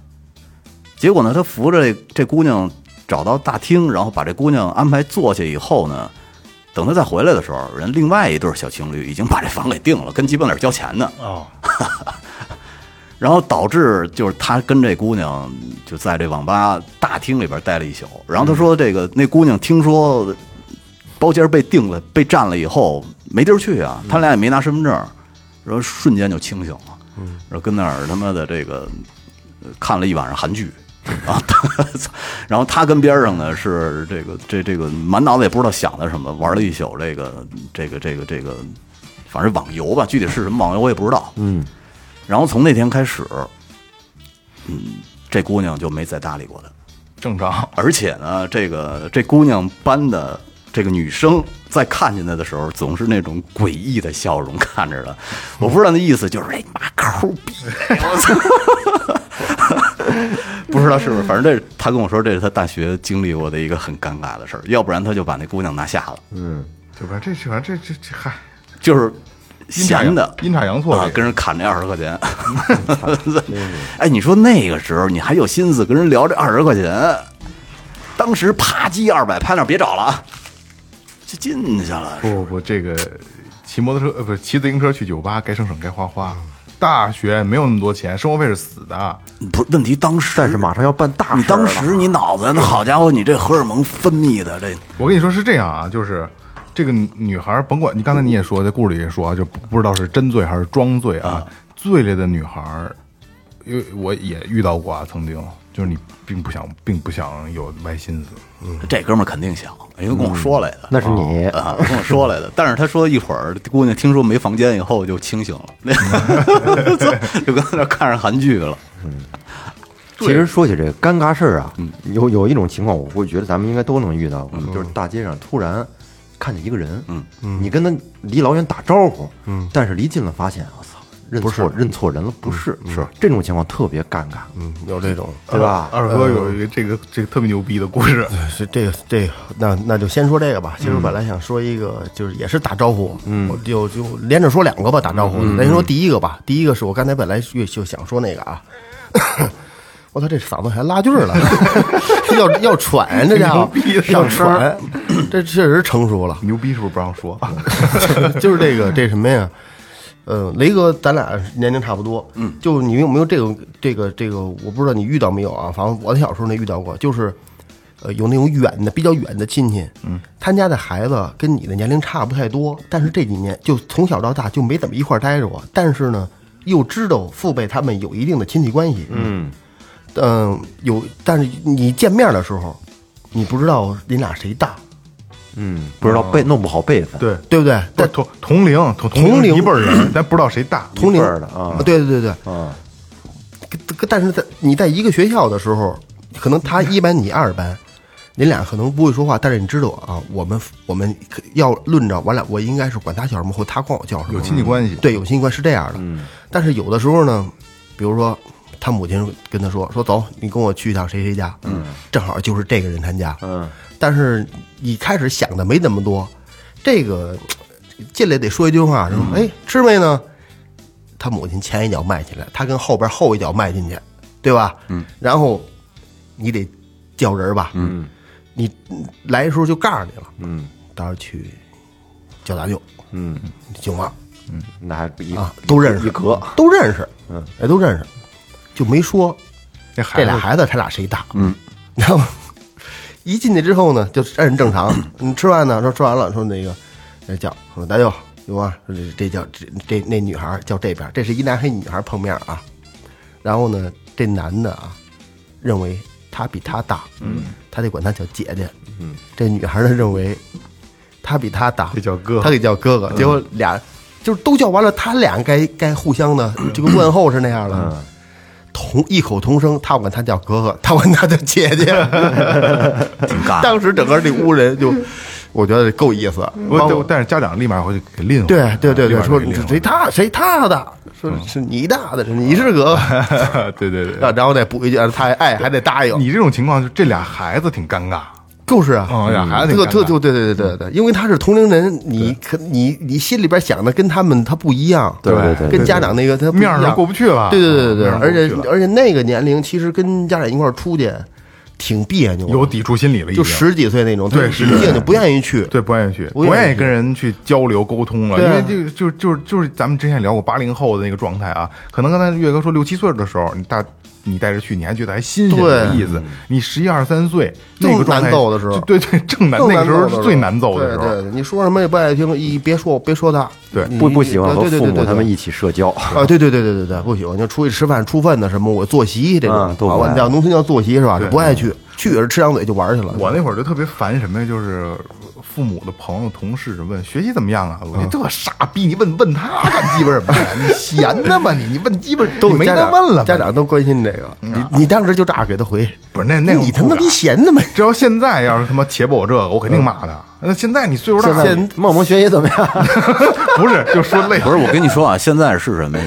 Speaker 5: 结果呢，他扶着这姑娘找到大厅，然后把这姑娘安排坐下以后呢，等他再回来的时候，人另外一对小情侣已经把这房给定了，跟基本哪儿交钱呢。
Speaker 2: 哦，
Speaker 5: <laughs> 然后导致就是他跟这姑娘就在这网吧大厅里边待了一宿。然后他说，这个那姑娘听说包间被定了、被占了以后，没地儿去啊，他俩也没拿身份证，然后瞬间就清醒了，然后跟那儿他妈的这个呃看了一晚上韩剧。 <laughs> 啊，他然后他跟边上呢是这个这这个满脑子也不知道想的什么，玩了一宿这个这个这个这个，反正网游吧，具体是什么网游我也不知道。嗯，然后从那天开始，嗯，这姑娘就没再搭理过他。
Speaker 2: 正常。
Speaker 5: 而且呢，这个这姑娘班的这个女生在看见她的时候，总是那种诡异的笑容看着她。我不知道那意思就是哎妈抠逼，我操！不知道是不是，反正这他跟我说，这是他大学经历过的一个很尴尬的事儿，要不然他就把那姑娘拿下了，
Speaker 2: 对吧？这这反正这这这嗨，
Speaker 5: 就是
Speaker 2: 阴差
Speaker 5: 闲的
Speaker 2: 阳阴差阳错
Speaker 5: 啊
Speaker 2: 的，，
Speaker 5: 跟人砍这二十块钱。 <laughs> 哎，你说那个时候你还有心思跟人聊这二十块钱？当时啪叽二百拍那儿别找了啊，就进去了。
Speaker 2: 不不不，这个骑摩托车呃不是骑自行车去酒吧，该省省该花花。大学没有那么多钱，生活费是死的。
Speaker 5: 不是问题，当时
Speaker 4: <laughs> 但是马上要办大事儿了啊
Speaker 5: 你当时你脑子，那好家伙，你这荷尔蒙分泌的这
Speaker 2: 我跟你说是这样啊，就是这个女孩儿，甭管你刚才你也说，在故事里也说啊，就不不知道是真醉还是装醉啊。醉了的女孩儿，因为我也遇到过啊，曾经就是你并不想，并不想有歪心思。
Speaker 5: 这哥们儿肯定想，因为跟我说来的。
Speaker 4: 那是你
Speaker 5: 啊，跟我说来的，但是他说一会儿姑娘听说没房间以后就清醒了， <laughs> 那就跟那儿看上韩剧了。
Speaker 4: 其实说起这个尴尬事儿啊，有有一种情况，我会觉得咱们应该都能遇到过，就是大街上突然看见一个人，嗯，你跟他离老远打招呼，嗯，但是离近了发现，我操，认错认错人了，不是，是这种情况特别尴尬，
Speaker 3: 嗯，有这种，
Speaker 4: 对吧？
Speaker 2: 二哥有一个这个这个特别牛逼的故事，
Speaker 3: 这啊这个这个，那那就先说这个吧。其实
Speaker 2: 嗯
Speaker 3: 本来想说一个，就是也是打招呼，嗯，我就就连着说两个吧，打招
Speaker 2: 嗯
Speaker 3: 呼。咱、先说第一个吧，第一个是我刚才本来越就想说那个啊，我操，这嗓子还拉锯
Speaker 2: <laughs>
Speaker 3: 儿了，要要喘，啊这家伙
Speaker 2: 挺牛逼的
Speaker 3: 要
Speaker 2: 嗓声
Speaker 3: 喘
Speaker 2: 儿，
Speaker 3: 这确实成熟了。
Speaker 2: 牛逼是不是不让说？
Speaker 3: <laughs> 就是这个这什么呀？呃，雷哥，咱俩年龄差不多，嗯，就你有没有这种这个这个？我不知道你遇到没有啊？反正我小时候那遇到过，就是，呃，有那种远的比较远的亲戚，嗯，他家的孩子跟你的年龄差不太多，但是这几年就从小到大就没怎么一块儿待着过，但是呢，又知道父辈他们有一定的亲戚关系，嗯，嗯、有，但是你见面的时候，你不知道你俩谁大，
Speaker 4: 嗯，不知道辈弄不好辈分，
Speaker 2: 对，
Speaker 3: 对不对？
Speaker 2: 不
Speaker 3: 但
Speaker 2: 是同同龄同
Speaker 3: 同龄
Speaker 2: 一辈儿人，咱不知道谁大。
Speaker 3: 同龄
Speaker 4: 一辈儿的啊
Speaker 3: 对对对对，
Speaker 4: 啊，
Speaker 3: 跟但是在你在一个学校的时候，可能他一班你二班，你俩可能不会说话，但是你知道啊，我们我们可要论着，我俩我应该是管他叫什么，或他管我叫什么，
Speaker 2: 有亲戚关系
Speaker 3: 对，有亲戚关系是这样的。但是有的时候呢，比如说他母亲跟他说说走，你跟我去一趟谁谁家，嗯，正好就是这个人他家，
Speaker 4: 嗯，
Speaker 3: 但是一开始想的没那么多，这个进来得说一句话，说哎吃没呢？他母亲前一脚迈进来，他跟后边后一脚迈进去，对吧？嗯，然后你得叫人吧？嗯，你来的时候就告诉你了，嗯，到时候去叫大舅，
Speaker 4: 嗯，
Speaker 3: 舅妈
Speaker 4: 那还一
Speaker 3: 啊，都认识，
Speaker 4: 一格，
Speaker 3: 都认识，嗯，哎，都认识，就没说
Speaker 2: 这
Speaker 3: 这
Speaker 2: 孩
Speaker 3: 俩
Speaker 2: 子
Speaker 3: 孩子他俩谁大？嗯， <laughs> 然后一进去之后呢，就按正常，你吃饭呢？说吃完了，说那个呃叫说大舅有啊，说这这叫这这那女孩叫这边，这是一男和一女孩碰面啊。然后呢，这男的啊，认为他比他大，嗯，他得管他叫姐姐，嗯，这女孩呢认为他比他大，
Speaker 2: 得叫哥
Speaker 3: 他得叫哥哥。结果俩就是都叫完了，他俩该该互相
Speaker 5: <clears throat>
Speaker 3: 的就跟问候是那样的。
Speaker 5: 嗯
Speaker 3: 同异口同声，他管他叫哥 <laughs> 哥，他管他叫姐姐。
Speaker 5: 挺尬的。
Speaker 3: 当时整个这屋人就，我觉得够意思。包
Speaker 2: 我
Speaker 3: 括
Speaker 2: 但是家长立马回去给拎回
Speaker 3: 对
Speaker 2: 来。
Speaker 3: 对对
Speaker 2: 立
Speaker 3: 对，
Speaker 2: 马
Speaker 3: 说
Speaker 2: 给拎回来
Speaker 3: 谁大谁大的，说是你大的，你是
Speaker 5: <laughs>
Speaker 3: 哥哥。
Speaker 2: <laughs> 对对对，
Speaker 3: 然后再补一句，他还哎还得答应。
Speaker 2: 你这种情况，就这俩孩子挺尴尬。
Speaker 3: 就是啊，
Speaker 2: 哦俩孩子挺
Speaker 3: 特
Speaker 2: 尴尬
Speaker 3: 特特对对对对对，因为他是同龄人，你可你你心里边想的跟他们他不一样，
Speaker 4: 对对对对
Speaker 3: 跟家长那个他不一
Speaker 2: 面
Speaker 3: 样
Speaker 2: 儿上过不去了嗯
Speaker 3: 对对对对对，
Speaker 2: 面儿上过不
Speaker 3: 而
Speaker 2: 去
Speaker 3: 且
Speaker 2: 了
Speaker 3: 而且那个年龄其实跟家长一块儿出去挺别扭的，
Speaker 2: 有抵触心理了，已
Speaker 3: 就
Speaker 2: 经
Speaker 3: 十几岁那种，
Speaker 2: 对
Speaker 3: 他
Speaker 2: 是
Speaker 3: 一定就不愿意去，
Speaker 2: 对不愿意去，
Speaker 3: 不
Speaker 2: 不
Speaker 3: 愿意去
Speaker 2: 愿意跟人去交流沟通了，
Speaker 3: 对
Speaker 2: 因
Speaker 3: 啊
Speaker 2: 为这个就就就是咱们之前聊过八零后的那个状态啊，可能刚才岳哥说六七岁的时候，你大你带着去，你还觉得还新鲜
Speaker 3: 对
Speaker 2: 有意思，你十一二三岁
Speaker 3: 正
Speaker 2: 那个状态
Speaker 3: 难揍的时候
Speaker 2: 就对对，正
Speaker 3: <laughs>
Speaker 2: 难
Speaker 3: 更
Speaker 2: 那个时
Speaker 3: 难
Speaker 2: 候
Speaker 3: 揍的
Speaker 2: 是最难揍的时
Speaker 3: 对
Speaker 2: 候，
Speaker 3: 对，你说什么也不爱听，一别说别说他，
Speaker 2: 对
Speaker 3: 你
Speaker 4: 不不喜欢和
Speaker 3: 对对
Speaker 4: 父
Speaker 3: 对对
Speaker 4: 母
Speaker 3: 对
Speaker 4: 他们一起社交，
Speaker 3: 啊，对对对对对对，不喜欢就出去吃饭出份子什么，我坐席这种，
Speaker 2: 嗯
Speaker 4: 啊都不
Speaker 3: 啊
Speaker 4: 爱
Speaker 3: 我叫农村叫坐席是吧？就不爱去，去也是吃羊嘴就玩去了。
Speaker 2: 我那会儿就特别烦什么呀，就是父母的朋友、同事问学习怎么样啊？我说
Speaker 3: 嗯
Speaker 2: 这傻逼，你问问他干鸡巴什么呀？你闲的吧你？你问鸡巴
Speaker 3: 都有
Speaker 2: 你没
Speaker 3: 家
Speaker 2: 得
Speaker 3: 长
Speaker 2: 问了吧，
Speaker 3: 家长都关心这个。你你当时就这嗯样给啊他回，
Speaker 2: 不是那那会儿
Speaker 3: 你他妈
Speaker 2: 不
Speaker 3: 逼
Speaker 2: 敢
Speaker 3: 闲的没？
Speaker 2: 只要现在要是他妈且不我这个，我肯定骂他。那现在你岁数大了，
Speaker 4: 梦梦学习怎么样？
Speaker 2: <laughs> 不是就说累，
Speaker 5: <laughs> 不是，我跟你说啊，现在是什么呀？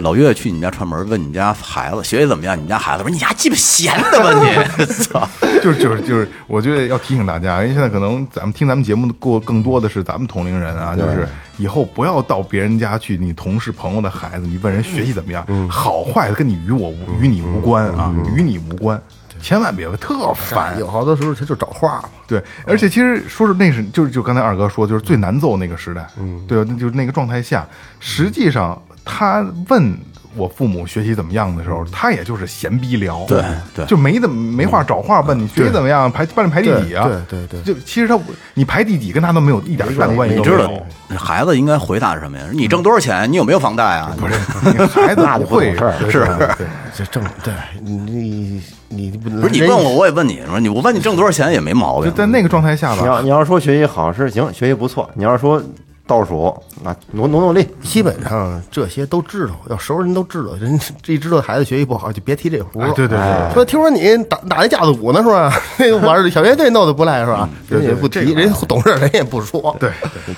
Speaker 5: 老岳去你家串门，问你家孩子学习怎么样？你家孩子说你家鸡巴闲的吧
Speaker 2: <laughs>
Speaker 5: 你？操！
Speaker 2: 就是就是就是，我觉得要提醒大家，因为现在可能咱们听咱们节目的过更多的是咱们同龄人啊，就是以后不要到别人家去，你同事朋友的孩子，你问人学习怎么样，好坏的跟你与我无与你无关啊，与你无关，千万别问，特烦。
Speaker 3: <laughs> 有好多时候他就找话嘛。
Speaker 2: 对，而且其实说是那是就是就刚才二哥说，就是最难揍那个时代，嗯，对吧？那就是那个状态下，实际上他问我父母学习怎么样的时候，他也就是闲逼聊，
Speaker 5: 对对
Speaker 2: 就没怎么没话找话问你学习怎么样，排班里排第几啊？
Speaker 3: 对对
Speaker 2: 就其实他你排第几跟他都没有一点干关系
Speaker 5: 你
Speaker 2: 都
Speaker 5: 知
Speaker 2: 没
Speaker 5: 道
Speaker 2: 有。
Speaker 5: 孩子应该回答什么呀？你挣多少钱？你有没有房贷啊？不是，
Speaker 2: 嗯孩子
Speaker 4: <laughs> 那就不
Speaker 2: 会
Speaker 4: 懂事儿了
Speaker 2: 是
Speaker 3: <laughs> 这正对你你你不
Speaker 5: 不是你问我，我也问你，说你我问你挣多少钱也没毛
Speaker 2: 就
Speaker 5: 病。
Speaker 2: 在那个状态下
Speaker 4: 你
Speaker 2: 吧，
Speaker 4: 要你要说学习好是行，学习不错；你要说倒数，啊那努努努力，
Speaker 3: 基本上这些都知道，要熟人都知道，人这一知道孩子学习不好，就别提这壶
Speaker 2: 哎
Speaker 3: 了。
Speaker 2: 对对对。
Speaker 3: 说听说你打打那架子鼓呢是吧？ <laughs> 那个玩儿小乐队弄得不赖是吧？人也不提， <laughs> 人懂事儿人也不说。
Speaker 2: 对，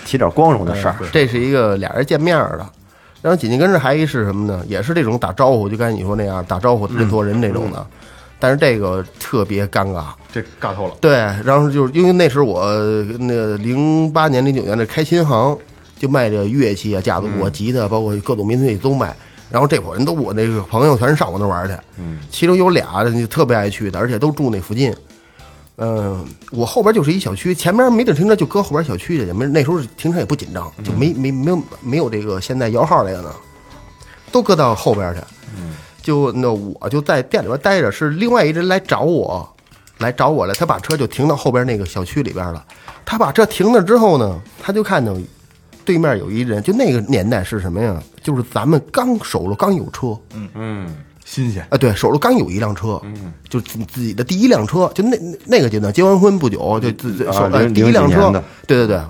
Speaker 4: 提点光荣的事儿。
Speaker 3: 这是一个俩人见面儿的，然后紧紧跟着还一是什么呢？也是这种打招呼，就刚才你说那样打招呼认错人这种的，但是这个特别尴尬。
Speaker 2: 这尬透了。
Speaker 3: 对，然后就是因为那时候我呃那零八年、零九年这开琴行，就卖这乐器啊、架子鼓啊、吉他，包括各种民族乐器都卖。然后这伙人都我那个朋友全是上我那玩儿去，其中有俩就特别爱去的，而且都住那附近。嗯，我后边就是一小区，前面没地儿停车就搁后边小区去，没那时候停车也不紧张，就没没没有没有这个现在摇号这个呢，都搁到后边去。就那我就在店里边待着，是另外一人来找我，来找我了。他把车就停到后边那个小区里边了。他把车停了之后呢，他就看到对面有一人，就那个年代是什么呀？就是咱们刚手里刚有车，
Speaker 2: 新鲜，
Speaker 3: 啊，对手里刚有一辆车，就自自己的第一辆车，就那那那个阶段，结完婚不久，就自自
Speaker 4: 啊
Speaker 3: 手、
Speaker 4: 零
Speaker 3: 第一辆
Speaker 4: 零几
Speaker 3: 车
Speaker 4: 年的，
Speaker 3: 对对对，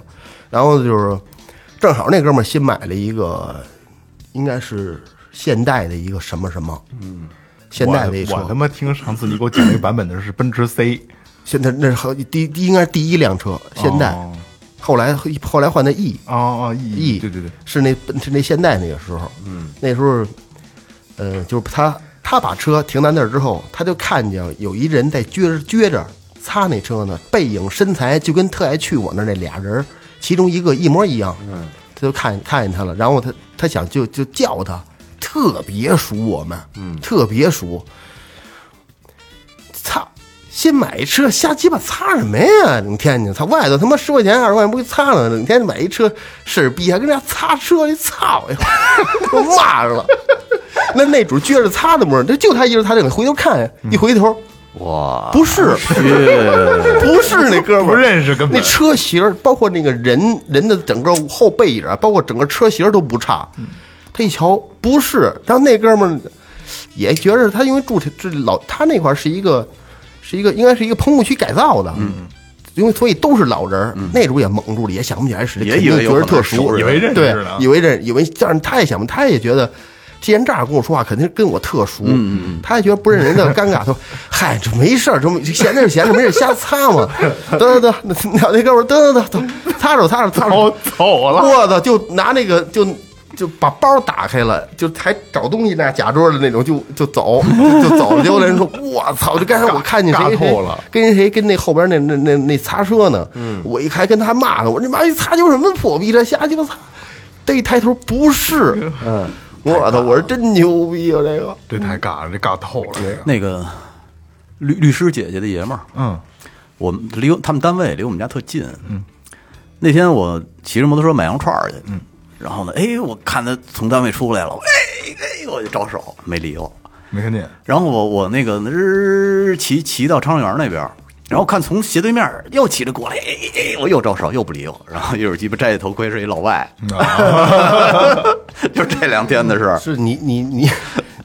Speaker 3: 然后就是正好那哥们儿新买了一个，应该是现代的一个什么什么，嗯，现代的一
Speaker 2: 我
Speaker 3: 车
Speaker 2: 我他，妈听上次你给我讲那个版本的是奔驰 C，
Speaker 3: 现在那是和第第应该是第一辆车，现代，
Speaker 2: 哦
Speaker 3: 后来后来换的 E，
Speaker 2: 哦哦 E
Speaker 3: E，
Speaker 2: 对对对，
Speaker 3: 是那是那现代那个时候，嗯，那时候，呃，就是他他把车停在那儿之后，他就看见有一人在撅着撅着擦那车呢，背影身材就跟特爱去我那儿那俩人儿，其中一个一模一样，嗯，他就看看见他了，然后他他想就就叫他，特别熟我们，嗯，特别熟，操！新买一车，瞎鸡巴擦什么呀？你天津，操外头他妈十块钱二十块钱不给擦了，你天天买一车事儿逼，还跟人家擦车，你操呀！我骂着了。那那主撅着擦的模样，这就他一人擦这个，回头看一回头，
Speaker 5: 哇，
Speaker 3: 不是，不是那哥们
Speaker 2: 不
Speaker 3: 儿，
Speaker 2: 认识根
Speaker 3: 那
Speaker 2: 本。
Speaker 3: 车型儿，包括那个人人的整个后背影儿，包括整个车型儿都不差。
Speaker 5: 嗯
Speaker 3: 他一瞧不是，然后那哥们儿也觉着他因为住这老他那块儿是一个是一个应该是一个棚户区改造的，
Speaker 5: 嗯
Speaker 3: 因为所以都是老人儿，那主也蒙住了，也想不起来是谁，
Speaker 5: 也
Speaker 3: 肯
Speaker 5: 以为
Speaker 3: 定
Speaker 5: 有
Speaker 3: 觉得
Speaker 5: 可能
Speaker 3: 特
Speaker 5: 是
Speaker 3: 熟，
Speaker 5: 熟人
Speaker 2: 以为认识
Speaker 3: 对
Speaker 2: 了啊，
Speaker 3: 以为认，以为，但是他也想不，他也觉得，既然这样跟我说话，肯定跟我特熟，他也觉得不认人的尴尬，他说：“嗨，这没事儿，这没闲着是闲着，没事儿瞎擦嘛。” <laughs> 得得得，那那哥们儿得得得得，擦手擦手擦手，
Speaker 2: 走了，
Speaker 3: 我操，就拿那个就。就把包打开了，就还找东西那假装的那种，就就走，就就走。结果那人说：“我操！”就刚才我看见
Speaker 2: 尬
Speaker 3: 谁
Speaker 2: 透了嗯
Speaker 3: 谁跟谁跟那后边那那那那擦车呢？我一还跟他骂呢，我这妈一擦球什么破逼这瞎鸡巴擦！这一抬头不是，嗯，我操！我说真牛逼啊，这个
Speaker 2: 这太尬了，这尬透了。这个
Speaker 5: 那个律律师姐姐的爷们儿，
Speaker 2: 嗯，
Speaker 5: 我们离我他们单位离我们家特近。嗯，那天我骑着摩托车买羊肉串儿去，嗯，然后呢，哎，我看他从单位出来了，哎哎，我就招手，没理我。
Speaker 2: 没看见，
Speaker 5: 然后我我那个日骑骑到昌盛园那边儿，然后看从斜对面儿又骑着过来，哎哎哎，我又招手又不理我，然后一会儿鸡巴摘下头盔是一老外， <laughs> 就这两天的事儿。
Speaker 3: 是你你你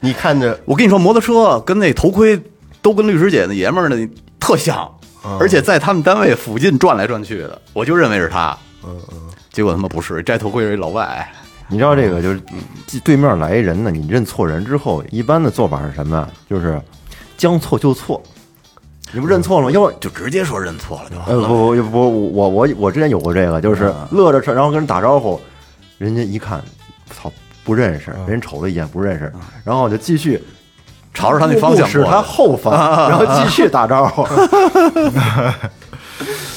Speaker 3: 你看着
Speaker 5: 我跟你说，摩托车跟那头盔都跟律师姐那爷们儿那特像，而且在他们单位附近转来转去的，我就认为是他。嗯嗯，结果他妈不是，摘头盔是一老外。
Speaker 4: 你知道这个就是嗯对面来一人呢，你认错人之后，一般的做法是什么呀？就是将错就错，你不认错了吗？要不
Speaker 5: 就直接说认错了就完
Speaker 4: 呃
Speaker 5: 了。
Speaker 4: 不不不，我我我之前有过这个，就是乐着车，然后跟人打招呼，人家一看，操，不认识，人瞅了一眼不认识，然后我就继续
Speaker 5: 朝着他那方向
Speaker 4: 是
Speaker 5: 过
Speaker 4: 他
Speaker 5: 来，
Speaker 4: 后方，然后继续打招 <laughs> 呼。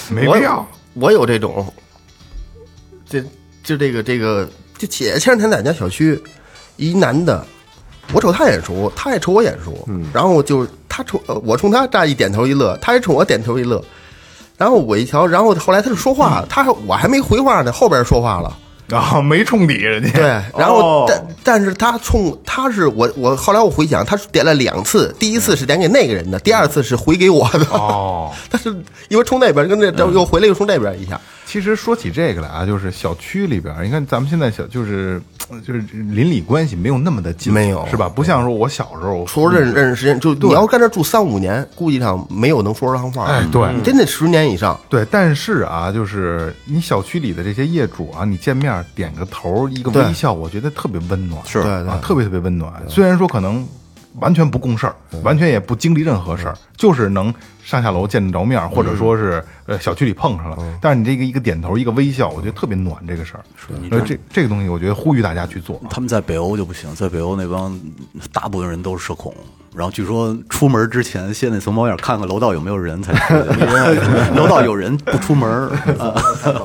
Speaker 2: 没
Speaker 3: 我
Speaker 2: 必要。
Speaker 3: 我有这种，这就这个这个，就前前两天在俺家小区，一男的，我瞅他眼熟，他也瞅我眼熟，
Speaker 2: 嗯
Speaker 3: 然后就他冲呃我冲他这样一点头一乐，他也冲我点头一乐，然后我一瞧，然后后来他就说
Speaker 2: 嗯
Speaker 3: 话，他还我还没回话呢，后边说话了。
Speaker 2: <laughs> 然后啊没冲底人家，
Speaker 3: 对，然
Speaker 2: 哦
Speaker 3: 后、但但是他冲他是我我后来我回想，他是点了两次，第一次是点给那个人的，第二次是回给我的，
Speaker 2: 哦，
Speaker 3: <laughs>
Speaker 2: 嗯
Speaker 3: 他是一会儿冲那边，跟那又回来又冲这边一下，
Speaker 2: <laughs> 其实说起这个来啊，就是小区里边儿，你看咱们现在小就是呃就是邻里关系没有那么的近，
Speaker 3: 没有
Speaker 2: 是吧？不像说我小时候，
Speaker 3: 说认认识时间，就你要跟这住三五年，估计上没有能说上话。
Speaker 2: 哎对
Speaker 3: 你真得十年以上。
Speaker 2: 对，但是啊，就是你小区里的这些业主啊，你见面儿点个头儿，一个
Speaker 3: 对
Speaker 2: 微笑，我觉得特别温暖，
Speaker 5: 是
Speaker 3: 对对
Speaker 2: 啊，特别特别温暖。虽然说可能完全不共事儿，完全也不经历任何事儿，就是能上下楼见得着面儿，
Speaker 3: 嗯
Speaker 2: 或者说是呃小区里碰上了。但是你这个一个点头，一个微笑，我觉得特别暖这个事儿。所以这这个东西，我觉得呼吁大家去做啊。
Speaker 5: 他们在北欧就不行，在北欧那帮大部分人都是社恐，然后据说出门之前先得从猫眼看看楼道有没有人才出去， <laughs> 楼道有人不出门儿。啊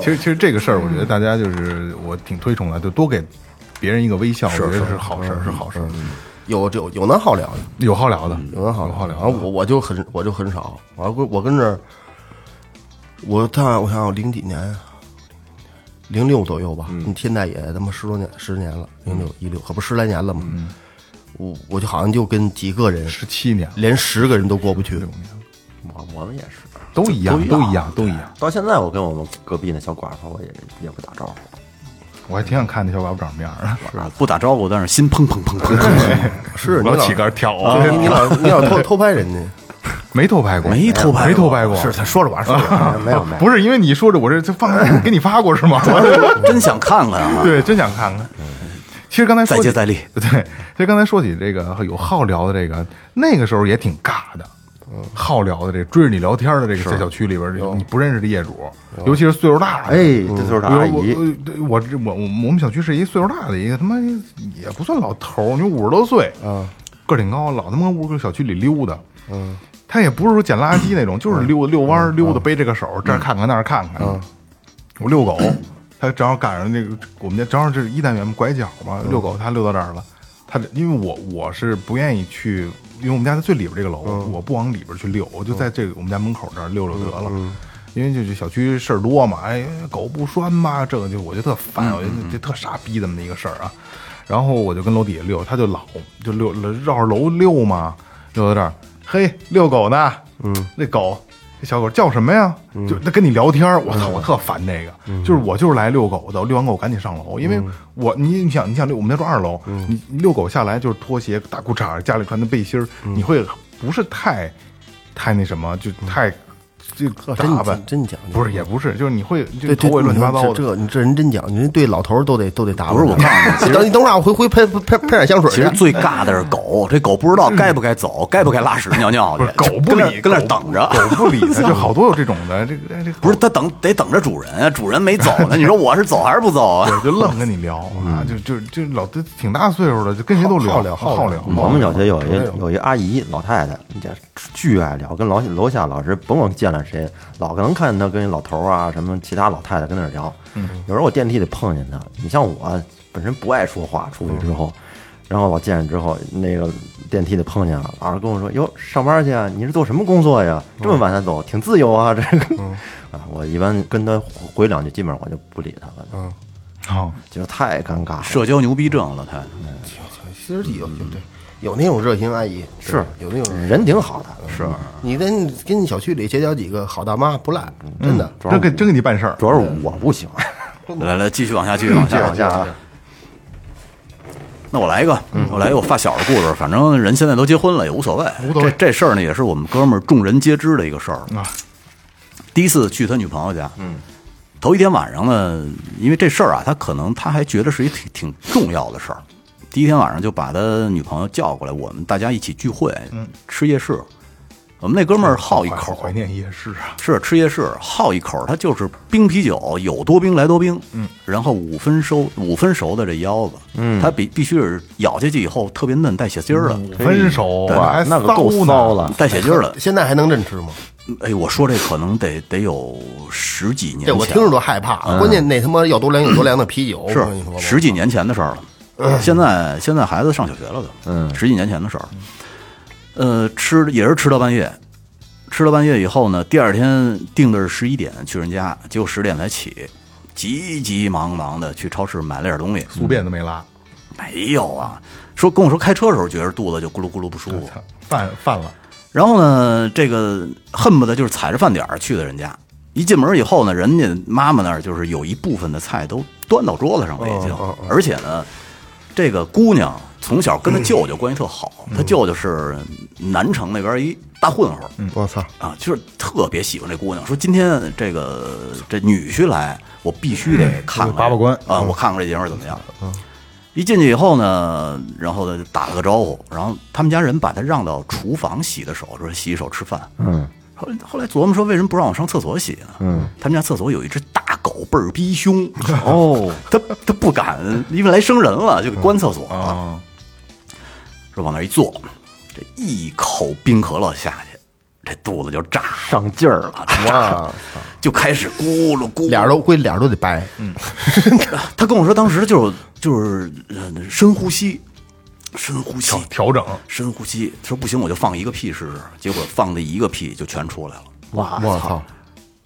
Speaker 2: 其实其实这个事儿，我觉得大家就是我挺推崇的，就多给别人一个微笑，我觉得是
Speaker 3: 嗯
Speaker 2: 好事儿，是好事儿。
Speaker 3: 有有有能好聊的，
Speaker 2: 有好聊的，
Speaker 3: 嗯有能好
Speaker 2: 有
Speaker 3: 聊，
Speaker 2: 好聊
Speaker 3: 然后我我就很我就很少，我跟我跟这儿，我看我想想零几年啊，零六左右吧，
Speaker 2: 嗯
Speaker 3: 你现在也他妈十多年十年了，零六一六，可不十来年了嘛。
Speaker 2: 嗯
Speaker 3: 我我就好像就跟几个人，
Speaker 2: 十七年
Speaker 3: 连十个人都过不去。
Speaker 4: 我我们也是，
Speaker 2: 都一样，都一样，都一样。
Speaker 4: 到现在我跟我们隔壁那小寡妇，我也也不打招呼。
Speaker 2: 我还挺想看那小寡妇长什么样儿啊，
Speaker 5: 不打招呼，但是心砰砰砰砰砰，
Speaker 3: 是你
Speaker 2: 老
Speaker 3: 老
Speaker 2: 起杆跳啊，
Speaker 3: 你你老你老偷偷
Speaker 2: <laughs>
Speaker 3: 拍人家，
Speaker 2: 没偷拍过，
Speaker 5: 没偷拍过
Speaker 2: 哎没偷拍过，
Speaker 5: 是他说着玩儿，
Speaker 2: <laughs>
Speaker 4: 没有没有，
Speaker 2: 不是因为你说着我这就放给你发过是 <laughs> 吗？
Speaker 5: 真想看看啊！
Speaker 2: 对，真想看看。其实刚才说
Speaker 5: 再接
Speaker 2: 起
Speaker 5: 再厉。
Speaker 2: <laughs> 对，其实刚才说起这个有好聊的这个，那个时候也挺尬的。好聊的这追着你聊天的这个，在小区里边儿，你不认识的业主，尤其是岁数大的，嗯
Speaker 4: 哎，这就是
Speaker 2: 我
Speaker 4: 阿姨，
Speaker 2: 我对我这我我我们小区是一岁数大的一个他妈也不算老头儿，你五十多岁，嗯，个儿挺高，老他妈屋搁小区里溜达，嗯，他也不是说捡垃圾那种，就是溜达遛弯儿溜达，背着个手儿这儿看看那儿看看，我遛狗，他正好赶上那个我们家正好这是一单元拐角嘛，遛狗他溜到这儿了，他这因为我我是不愿意去，因为我们家在最里边这个楼，我不往里边去溜，我就在这个我们家门口这儿溜溜得了。因为就是小区事儿多嘛，哎，狗不拴嘛，这个就我就特烦，我觉得这特傻逼这么的一个事儿啊。然后我就跟楼底下溜，他就老就溜绕着楼溜嘛，溜到这儿，嘿，遛狗呢，嗯，那狗这小狗叫什么呀？就那跟你聊天儿，我操，我特烦这个，就是我就是来遛狗的，遛完狗赶紧上楼，因为我你你想你想遛，我们家住二楼，你你遛狗下来就是拖鞋、大裤衩，家里穿的背心儿，你会不是太太那什么，就太就
Speaker 3: 哦真
Speaker 2: 打扮。
Speaker 3: 真讲究，
Speaker 2: 不是，也不是，就是你会就
Speaker 3: 对
Speaker 2: 头
Speaker 3: 对，
Speaker 2: 发乱七八糟的，
Speaker 3: 这这你这人真讲究，人家对老头儿都得都得打扮。
Speaker 5: 不是我告诉
Speaker 3: <laughs>
Speaker 5: 你其实
Speaker 3: 等你等会儿啊，我回回喷喷喷点香水
Speaker 5: 其实
Speaker 3: 去。
Speaker 5: 最尬的是狗，这狗不知道该不该走，该不该拉屎尿尿
Speaker 2: 不
Speaker 5: 去
Speaker 2: 是，狗不
Speaker 5: 跟那儿
Speaker 2: 理，
Speaker 5: 跟那儿
Speaker 2: 狗
Speaker 5: 等着。
Speaker 2: 狗不理
Speaker 5: <laughs>
Speaker 2: 它，就好多有这种的，这个哎这个
Speaker 5: 不是他等得等着主人啊，主人没走呢，你说我是走还是不走啊？ <laughs>
Speaker 2: 对，就愣跟你聊啊，就就就老都挺大岁数了，就跟谁都聊，
Speaker 3: 好聊
Speaker 2: 好
Speaker 3: 好
Speaker 2: 聊
Speaker 3: 聊。
Speaker 4: 嗯哦我们小区有一有一阿姨老太太，你这巨爱聊，跟楼楼下老是甭管见了谁，老能看见她跟老头儿啊什么其他老太太跟那儿聊。有时候我电梯里碰见她，你像我本身不爱说话，出去之后，然后我见着之后，那个电梯里碰见了，老是跟我说：“哟，上班去啊？你是做什么工作呀？这么晚才走，挺自由啊。”这个 <laughs> 啊，我一般跟她回两句，基本上我就不理她了，
Speaker 2: 啊，
Speaker 4: 觉得太尴尬了。
Speaker 5: 社交牛逼症了，他
Speaker 3: 其实有
Speaker 5: 嗯
Speaker 3: 对有那种热心阿姨，
Speaker 4: 是
Speaker 3: 有那种人。
Speaker 4: 人挺好的，是
Speaker 5: 嗯
Speaker 3: 你跟跟小区里结交几个好大妈不赖，
Speaker 5: 嗯
Speaker 3: 真的。
Speaker 4: 主要
Speaker 2: 真给真给你办事儿，
Speaker 4: 主要是我不行。
Speaker 5: <laughs> 来来，继续往下，继续往
Speaker 4: 这
Speaker 5: 下
Speaker 4: 往。下啊，
Speaker 5: 那我来一个，我来一个我发小的故事。反正人现在都结婚了，也无所谓。这这事儿呢，也是我们哥们儿众人皆知的一个事儿。
Speaker 2: 啊
Speaker 5: 第一次去他女朋友家，嗯，头一天晚上呢，因为这事儿啊，他可能他还觉得是一挺挺重要的事儿。第一天晚上就把他女朋友叫过来，我们大家一起聚会，吃夜市。我们那哥们儿好一口，
Speaker 2: 怀念夜市啊，
Speaker 5: 是吃夜市好一口，他就是冰啤酒，有多冰来多冰，嗯，然后五分熟五分熟的这腰子，嗯，它必必须是咬下去以后特别嫩，带血筋儿的，
Speaker 2: 分手
Speaker 4: 哇
Speaker 2: 还，
Speaker 4: 那个够
Speaker 2: 呢
Speaker 4: 骚，了。
Speaker 5: 带血筋儿的。
Speaker 3: 现在还能认吃吗？
Speaker 5: 哎，我说这可能得得有十几年
Speaker 3: 这
Speaker 5: 前，
Speaker 3: 我听着都害怕。关键那他妈要多凉有多凉的啤酒，我跟你说嗯吧
Speaker 5: 嗯是十几年前的事儿了。现在现在孩子上小学了都，嗯，十几年前的事儿。呃，吃也是吃到半夜，吃到半夜以后呢，第二天定的是十一点去人家，结果十点才起，急急忙忙的去超市买了点东西，
Speaker 2: 宿便都没拉，
Speaker 5: 没有啊。说跟我说开车的时候觉着肚子就咕噜咕噜不舒服，
Speaker 2: 操，啊 <laughs> 犯犯了，
Speaker 5: 然后呢，这个恨不得就是踩着饭点儿去的人家。一进门以后呢，人家妈妈那儿就是有一部分的菜都端到桌子上了已经，而且呢，这个姑娘从小跟她舅舅关系特好，她舅舅是南城那边一大混混儿，
Speaker 3: 我操，
Speaker 5: 啊，就是特别喜欢这姑娘，说今天这个这女婿来，我必须得看看
Speaker 4: 嗯
Speaker 2: 把把关
Speaker 5: 啊，我看看这爷们儿怎么样。一进去以后呢，然后呢打了个招呼，然后他们家人把他让到厨房洗的手，说洗手吃饭。
Speaker 4: 嗯
Speaker 5: 后来后来琢磨说，为什么不让我上厕所洗呢？
Speaker 4: 嗯，
Speaker 5: 他们家厕所有一只大狗，倍儿逼凶，<laughs>
Speaker 4: 哦，嗯
Speaker 5: 他他不敢，因为来生人了，就给关厕所了。
Speaker 2: 啊，
Speaker 4: 哦
Speaker 5: 说往那儿一坐，这一口冰可乐下去，这肚子就炸了，
Speaker 4: 上劲儿了，
Speaker 3: 哇，
Speaker 5: 就开始咕噜咕噜。
Speaker 3: 脸儿都估计脸儿都得白，
Speaker 5: 嗯他跟我说，当时就是就是呃深呼吸，深呼吸，
Speaker 2: 调整
Speaker 5: 深呼吸。说不行，我就放一个屁试试。结果放的一个屁就全出来了。
Speaker 4: 哇，
Speaker 3: 我操，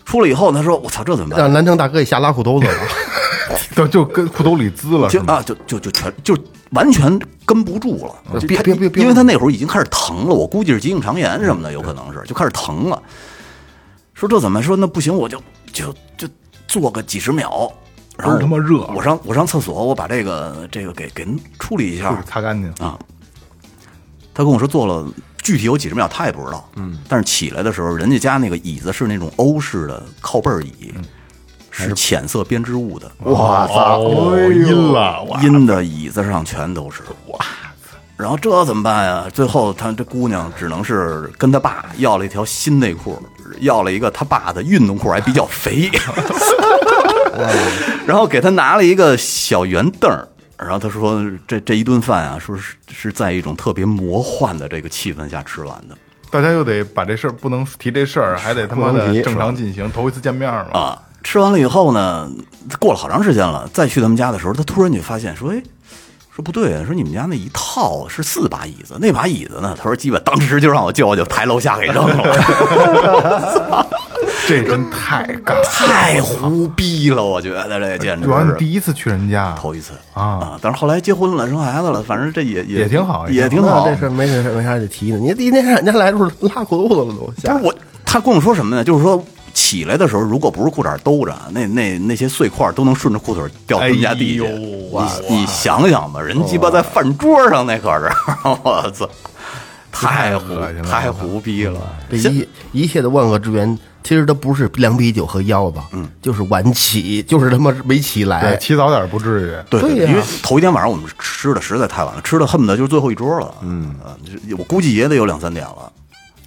Speaker 5: 出来以后，他说：“我操，这怎么办
Speaker 3: 让南城大哥一下拉裤兜子了。
Speaker 2: 就就跟裤兜里滋了？”是
Speaker 5: 就
Speaker 2: 吗？
Speaker 5: 啊，就就就全就完全跟不住
Speaker 2: 嗯
Speaker 5: 了，就
Speaker 3: 别
Speaker 5: 他
Speaker 3: 别别别
Speaker 5: 因为他那会儿已经开始疼了，我估计是急性肠炎什么的，有可
Speaker 2: 嗯
Speaker 5: 能是就开始疼了。说这怎么办说？那不行，我就就就坐个几十秒，然后
Speaker 2: 倍儿他妈热
Speaker 5: 我上我上厕所，我把这个这个给给处理一下
Speaker 2: 就是。擦干净。
Speaker 5: 啊。他跟我说做了具体有几十秒，他也不知道。嗯，但是起来的时候，人家家那个椅子是那种欧式的靠背儿椅，
Speaker 2: 嗯
Speaker 5: 是浅色编织物的，
Speaker 2: 哦
Speaker 4: 哇操，哎呦
Speaker 2: 阴了，哇
Speaker 5: 阴的椅子上全都是。哇！然后这怎么办呀？最后他这姑娘只能是跟他爸要了一条新内裤，要了一个他爸的运动裤，还比较肥。然后给他拿了一个小圆凳儿，然后他说这这一顿饭啊，说是是在一种特别魔幻的这个气氛下吃完的。
Speaker 2: 大家又得把这事儿不能提这事儿，还得他妈
Speaker 4: 不能
Speaker 2: 的
Speaker 4: 提
Speaker 2: 正常进行，头一次见面嘛。
Speaker 5: 啊，吃完了以后呢，过了好长时间了，再去他们家的时候，他突然就发现说，哎，说不对啊，说你们家那一套是四把椅子，那把椅子呢？他说，基本当时就让我舅舅抬楼下给扔了， <laughs>
Speaker 2: 这真太尬。
Speaker 5: 太胡逼了，我觉得这简直
Speaker 2: 主要你
Speaker 5: 是。
Speaker 2: 第一次去人家，
Speaker 5: 头一次
Speaker 2: 啊，
Speaker 5: 但是后来结婚了，生孩子了，反正这也也
Speaker 2: 也挺好
Speaker 5: 也
Speaker 2: 也
Speaker 5: 挺好
Speaker 3: 那。这事儿没事没啥得提的。你第一天看人家来的时候拉裤兜子了都，
Speaker 5: 但
Speaker 3: 吓
Speaker 5: 是我他跟我说什么呢？就是说起来的时候，如果不是裤衩兜着，那那那些碎块都能顺着裤腿掉他们家地去。
Speaker 2: 哎呦哇
Speaker 5: 你你想想吧，人鸡巴在饭桌上那可是， <laughs> 我操，太胡
Speaker 2: 太恶心了嗯
Speaker 5: 太胡逼了。
Speaker 3: 这一一切的万恶之源，其实它不是两米九和腰吧，嗯，就是晚起， <laughs> 就是他妈没起
Speaker 2: 对，
Speaker 5: 哎
Speaker 3: 来。
Speaker 2: 起早点不至于。
Speaker 5: 对
Speaker 3: 对呀
Speaker 5: 因为头一天晚上我们吃的实在太晚了，吃的恨不得就是最后一桌了。嗯，我估计也得有两三点了。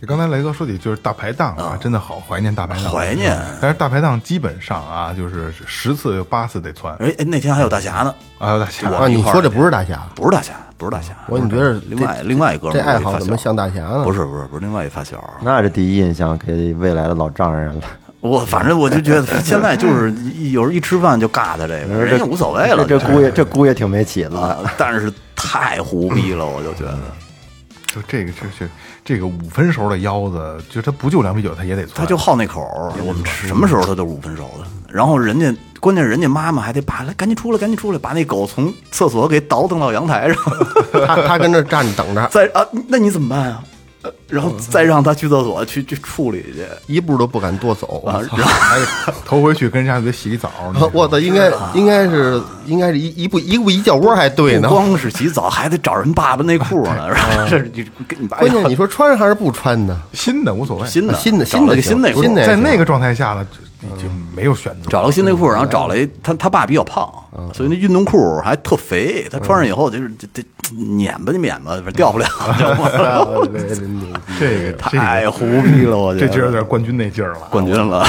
Speaker 2: 你刚才雷哥说起就是大排档啊，真的好怀念大排档，
Speaker 5: 嗯
Speaker 2: 嗯
Speaker 5: 怀念
Speaker 2: 但是大排档基本上啊，就是十次有八次得窜。
Speaker 5: 哎哎，那天还有大侠呢，
Speaker 2: 哎呦，大侠
Speaker 5: 我
Speaker 3: 啊，你说这不是大侠，
Speaker 5: 不是大侠，不是大侠，
Speaker 3: 我你觉得
Speaker 5: 另外另外一哥们
Speaker 3: 这
Speaker 5: 儿
Speaker 3: 爱
Speaker 5: 我一
Speaker 3: 好
Speaker 5: 发
Speaker 3: 怎么
Speaker 5: 小
Speaker 3: 像大侠呢？
Speaker 5: 不是不是不是另外一发小，
Speaker 4: 那这第一印象给未来的老丈人了，
Speaker 5: 我反正我就觉得现在就是一有时候一吃饭就尬的这个，人也无所谓了。就
Speaker 4: 这这姑爷这姑爷挺没起
Speaker 5: <laughs>
Speaker 4: 子的，
Speaker 5: 啊，但是太胡逼了，我就觉
Speaker 3: 嗯
Speaker 5: 得
Speaker 2: 就这个就是这个五分熟的腰子，就它不就两米九，它也得窜。
Speaker 5: 他就好那口儿。我们吃什么时候他都是五分熟的。然后人家关键人家妈妈还得把来赶紧出来，赶紧出来，把那狗从厕所给倒腾到阳台上， <laughs>
Speaker 3: 他他跟那站着等着，
Speaker 5: 再啊，那你怎么办啊？呃然后再让他去厕所去去处理去。
Speaker 3: 一步都不敢多走。
Speaker 5: 啊
Speaker 3: 我，操
Speaker 5: 然后
Speaker 2: 还得头回去跟人家得洗个澡。
Speaker 3: <laughs>
Speaker 2: 你说
Speaker 3: 我操，应该应该是应该是一一步一步一脚窝还对
Speaker 5: 不
Speaker 3: 呢。
Speaker 5: 光是洗澡，还得找人爸爸内裤
Speaker 3: <laughs>
Speaker 5: 呢，然后这你跟你爸
Speaker 3: 哎哦关键你说穿还是不穿呢？
Speaker 2: 新的无所谓，
Speaker 5: 新的
Speaker 3: 新的
Speaker 5: 找了个新
Speaker 3: 新的
Speaker 5: 内裤，
Speaker 3: 新的嗯
Speaker 2: 在那个状态下了，就已经没有选择。
Speaker 5: 找了个新内裤，然后找了一他他爸比较胖，所以那运动裤还特肥，他穿上以后就是这这撵吧就撵吧，掉不了，知道吗
Speaker 2: 这个这
Speaker 5: 太
Speaker 2: 个
Speaker 5: 胡逼了，我觉
Speaker 2: 这
Speaker 5: 得
Speaker 2: 就有点冠军那劲儿了，
Speaker 5: 冠军了，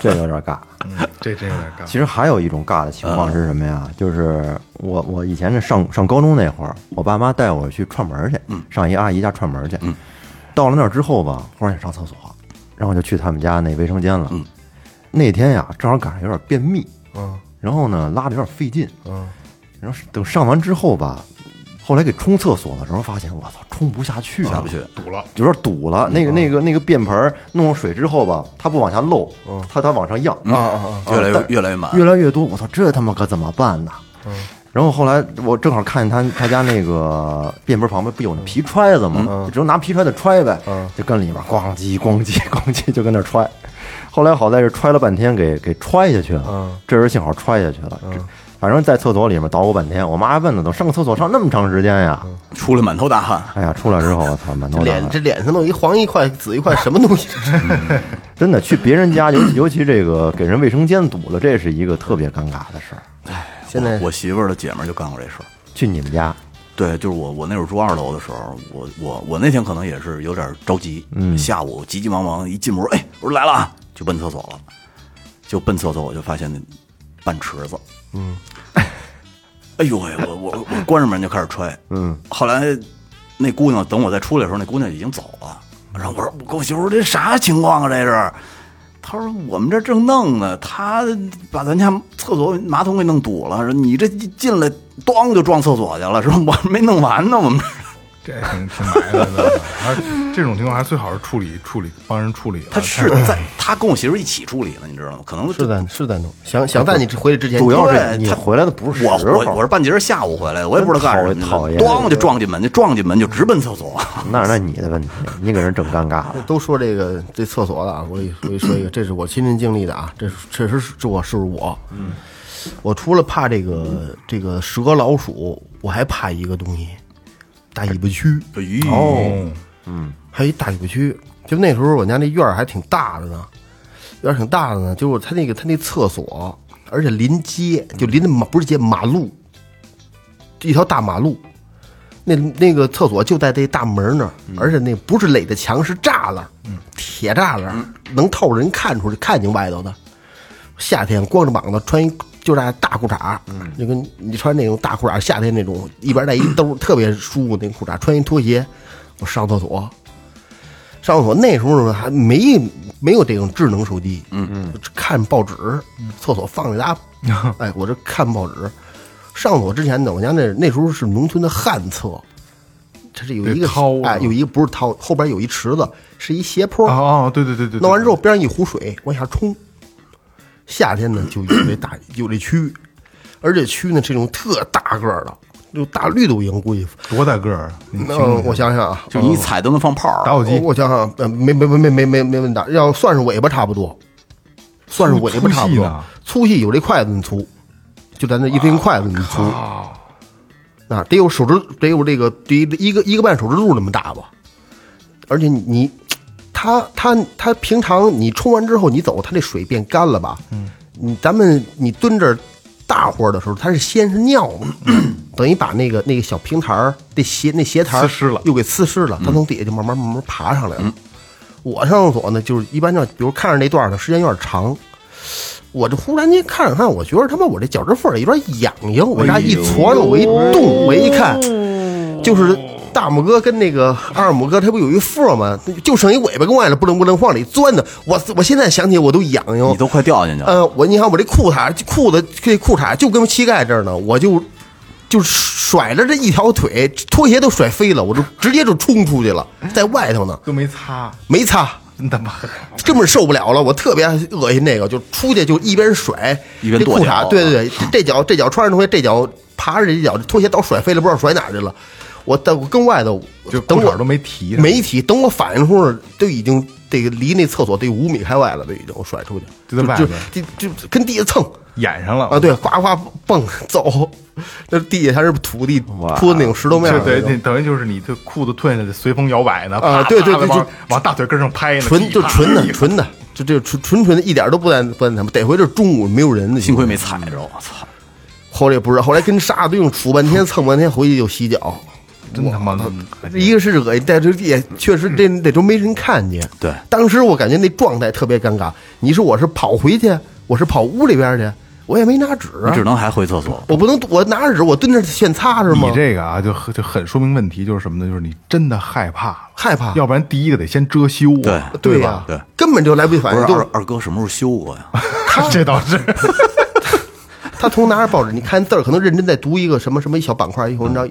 Speaker 4: 这有点尬。
Speaker 2: 嗯这真有点尬。
Speaker 4: 其实还有一种尬的情况是什么呀？就是 <laughs> 我我以前是上上高中那会儿，我爸妈带我去串门去，上一阿姨家串门去。到了那儿之后吧，忽然想上厕所，然后我就去他们家那卫生间了。那天呀，正好赶上有点便秘，
Speaker 3: 嗯，
Speaker 4: 然后呢拉的有点费劲，
Speaker 3: 嗯，
Speaker 4: 然后等上完之后吧，后来给冲厕所的时候发现，我操，冲不下去
Speaker 5: 下
Speaker 4: 啊
Speaker 5: 不， <laughs> 去。
Speaker 2: 堵了，
Speaker 4: 有点堵
Speaker 5: 嗯
Speaker 4: 了。那个那个那个便盆儿弄上水之后吧，它不往下漏，它它往上漾，
Speaker 5: 嗯啊啊啊！越来越
Speaker 4: 哦但
Speaker 5: 越嗯来越满，
Speaker 4: 越来越多，我操，这他妈可怎么办呢？然后后来我正好看见他他家那个便盆旁边不有那皮揣子吗？
Speaker 5: 嗯
Speaker 4: 就只能拿皮揣子揣呗，就跟里面咣叽咣叽咣叽就跟那揣。后来好在是揣了半天给给揣下去了，
Speaker 5: 嗯
Speaker 4: 这人幸好揣下去了。这反正在厕所里面捣鼓半天，我妈还问呢，都上个厕所上那么长时间呀？
Speaker 5: 出来满头大汗。
Speaker 4: 哎呀，出来之后我操，满头
Speaker 3: 这
Speaker 4: 大
Speaker 3: 脸
Speaker 4: 汗。
Speaker 3: 这脸上弄一黄一块紫一块，什么东西？ <laughs>
Speaker 4: 真的去别人家，尤其尤 <coughs> 其这个给人卫生间堵了，这是一个特别尴尬的事儿。
Speaker 3: 现在
Speaker 5: 我我媳妇儿的姐们儿就干过这事儿，
Speaker 4: 去你们家，
Speaker 5: 对，就是我，我那会儿住二楼的时候，我我我那天可能也是有点着急，嗯，下午急急忙忙一进门，哎，我说来了啊，就奔厕所了，就奔厕所，我就发现那半池子，嗯，哎呦喂，我我我关上门就开始吹，嗯，后来那姑娘等我再出来的时候，那姑娘已经走了，然后我说我跟我媳妇说这啥情况啊这是。她说：“我们这正弄呢，她把咱家厕所马桶给弄堵了。说你这一进来，咣就撞厕所去了，是吧？我还没弄完呢，我们这
Speaker 2: 这挺挺埋汰的。 <laughs> 而这种情况还最好是处理处理，帮人处理了。
Speaker 5: 他是在他跟我媳妇儿一起处理呢，你知道吗？可能
Speaker 3: 是在是在弄，想想在你回来之前，
Speaker 4: 主要是
Speaker 5: 对
Speaker 4: 你
Speaker 5: 他
Speaker 4: 回来的不是时
Speaker 5: 我
Speaker 4: 候，
Speaker 5: 我我是半截儿下午回来的，我也不知道干什么去了，
Speaker 4: 讨厌
Speaker 5: 咣就撞进门去，撞进门就直奔厕所。
Speaker 4: 那是那你的问题，你给人整尴尬了。
Speaker 3: 都说这个这厕所的啊，我给我给你说一个，这是我亲身经历的啊，这是确实是我是我，嗯，我除了怕这个这个蛇老鼠，我还怕一个东西，大尾巴蛆，
Speaker 5: 咦，
Speaker 2: 哦，
Speaker 3: 还有一大尾巴蛆。就那时候我家那院儿还挺大的呢，院儿挺大的呢，就是他那个他那厕所，而且临街，就临着马不是街马路，一条大马路。那那个厕所就在这大门那儿，而且那不是垒的墙，是栅栏，铁栅栏，能透着人看出去，看见外头的。夏天光着膀子穿一就那大裤衩，
Speaker 2: 嗯
Speaker 3: 就跟你穿那种大裤衩，夏天那种一边带一兜，特别舒服那裤衩，穿一拖鞋，我上厕所，上厕所那时候还没没有这种智能手机，嗯嗯，看报纸，厕所放着
Speaker 2: <laughs>
Speaker 3: 大，哎，我这看报纸。上厕所之前呢，我家那那时候是农村的旱厕，它是有一
Speaker 2: 得
Speaker 3: 个
Speaker 2: 掏啊
Speaker 3: 哎，有一个不是掏，后边有一池子，是一斜坡，
Speaker 2: 哦哦，对对对对，对
Speaker 3: 弄完之后，边上一壶水往下冲。夏天呢，就有这大有这蛆，而且蛆呢是那种特大个儿的，就大绿豆蝇，估计。
Speaker 2: 多大个儿啊？你
Speaker 3: 那嗯我想想啊，
Speaker 5: 就你踩都能放炮
Speaker 2: 打
Speaker 5: 儿，
Speaker 2: 火机
Speaker 3: 我我想想，呃，没没没没没没没问大，要算是尾巴差不多，算是尾巴
Speaker 2: 粗
Speaker 3: 差不
Speaker 2: 细
Speaker 3: 多
Speaker 2: 呢，
Speaker 3: 粗细有这筷子那么粗，就咱这一根筷子那么粗，那得有手指，得有这个得一个一个半手指肚那么大吧。而且你，它它它平常你冲完之后你走，它这水变干了吧？嗯，你咱们你蹲这儿大伙儿的时候，它是先是尿嘛，
Speaker 2: 嗯
Speaker 3: 等于把那个那个小平台儿那斜那斜台儿
Speaker 2: 呲湿了嗯
Speaker 3: 又给呲湿了，它从底下就慢慢慢慢爬上来了。我上厕所呢，就是一般叫，比如看着那段儿呢，时间有点长，我这忽然间看着看，我觉得他妈我这脚趾缝儿有点痒痒，我这
Speaker 5: 哎
Speaker 3: 样一搓呢，我一
Speaker 5: 哦
Speaker 3: 动，我一看，就是大拇哥跟那个二拇哥，他不有一缝吗？就剩一尾巴跟外头不灵不灵往里钻呢。我我现在想起我都痒
Speaker 5: 你
Speaker 3: 痒。
Speaker 5: 都快掉进去了。
Speaker 3: 嗯，我你看我这裤衩裤子这裤衩就跟膝盖这儿呢，我就就甩着这一条腿，拖鞋都甩飞了，我就直接就冲出去了，在外头呢
Speaker 2: 都没擦，
Speaker 3: 没擦。
Speaker 2: 真他妈狠！
Speaker 3: 根本受不了了，我特别恶心那个，就出去就一边甩
Speaker 5: 一边
Speaker 3: 这
Speaker 5: 跺
Speaker 3: 裤
Speaker 5: 脚
Speaker 3: 衩，对对对，
Speaker 2: 啊
Speaker 3: 这这脚这脚穿上拖鞋，这脚爬着这脚拖鞋倒甩飞了，不知道甩哪儿去了。我在我跟外头，
Speaker 2: 就
Speaker 3: 等
Speaker 2: 裤
Speaker 3: 我
Speaker 2: 衩都没提，
Speaker 3: 没提，等我反应出来，都已经这个离那厕所得五米开外了，都已经我甩出去，
Speaker 2: 就在外
Speaker 3: 就
Speaker 2: 边
Speaker 3: 就就就跟地下蹭
Speaker 2: 演上了
Speaker 3: 啊，对，呱呱蹦 <laughs> 走，那地下它是土地铺的那种石头面儿
Speaker 2: 就
Speaker 3: 那种，
Speaker 2: 对，那等于就是你这裤子褪下来随风摇摆呢，
Speaker 3: 啊
Speaker 2: 啪
Speaker 3: 对对
Speaker 2: 啪地
Speaker 3: 对
Speaker 2: 往
Speaker 3: 就
Speaker 2: 往大腿根上拍呢，
Speaker 3: 纯就
Speaker 2: 啪
Speaker 3: 纯的纯的，就这纯纯纯的，一点都不在不在他们。得回这中午没有人的，
Speaker 5: 幸亏没踩着，我操！
Speaker 3: 后来也不知道，后来跟沙子用杵半天蹭半天，回去就洗脚。
Speaker 2: 真他妈
Speaker 3: 一个是恶心，但是也确实这那时候没人看见。
Speaker 5: 对
Speaker 3: 当时我感觉那状态特别尴尬。你说我是跑回去，我是跑屋里边去，我也没拿纸啊
Speaker 5: 你，只能还回厕所。
Speaker 3: 我不能我拿着纸，我蹲着现擦是吗
Speaker 2: 你？这个啊，就很就很说明问题，就是什么呢？就是你真的害怕了，
Speaker 3: 害怕
Speaker 2: 要不然第一个得先遮羞啊，
Speaker 3: 啊对
Speaker 2: 吧？
Speaker 3: <laughs> 呀，
Speaker 5: 对
Speaker 3: 根本就来不及反
Speaker 5: 不是
Speaker 3: 应。哎就是
Speaker 5: 二二哥什么时候啊修我呀？
Speaker 2: 这倒是，
Speaker 3: 他从拿着报纸，你看字儿，可能认真在读一个什么什么一小板块一会儿，你知道，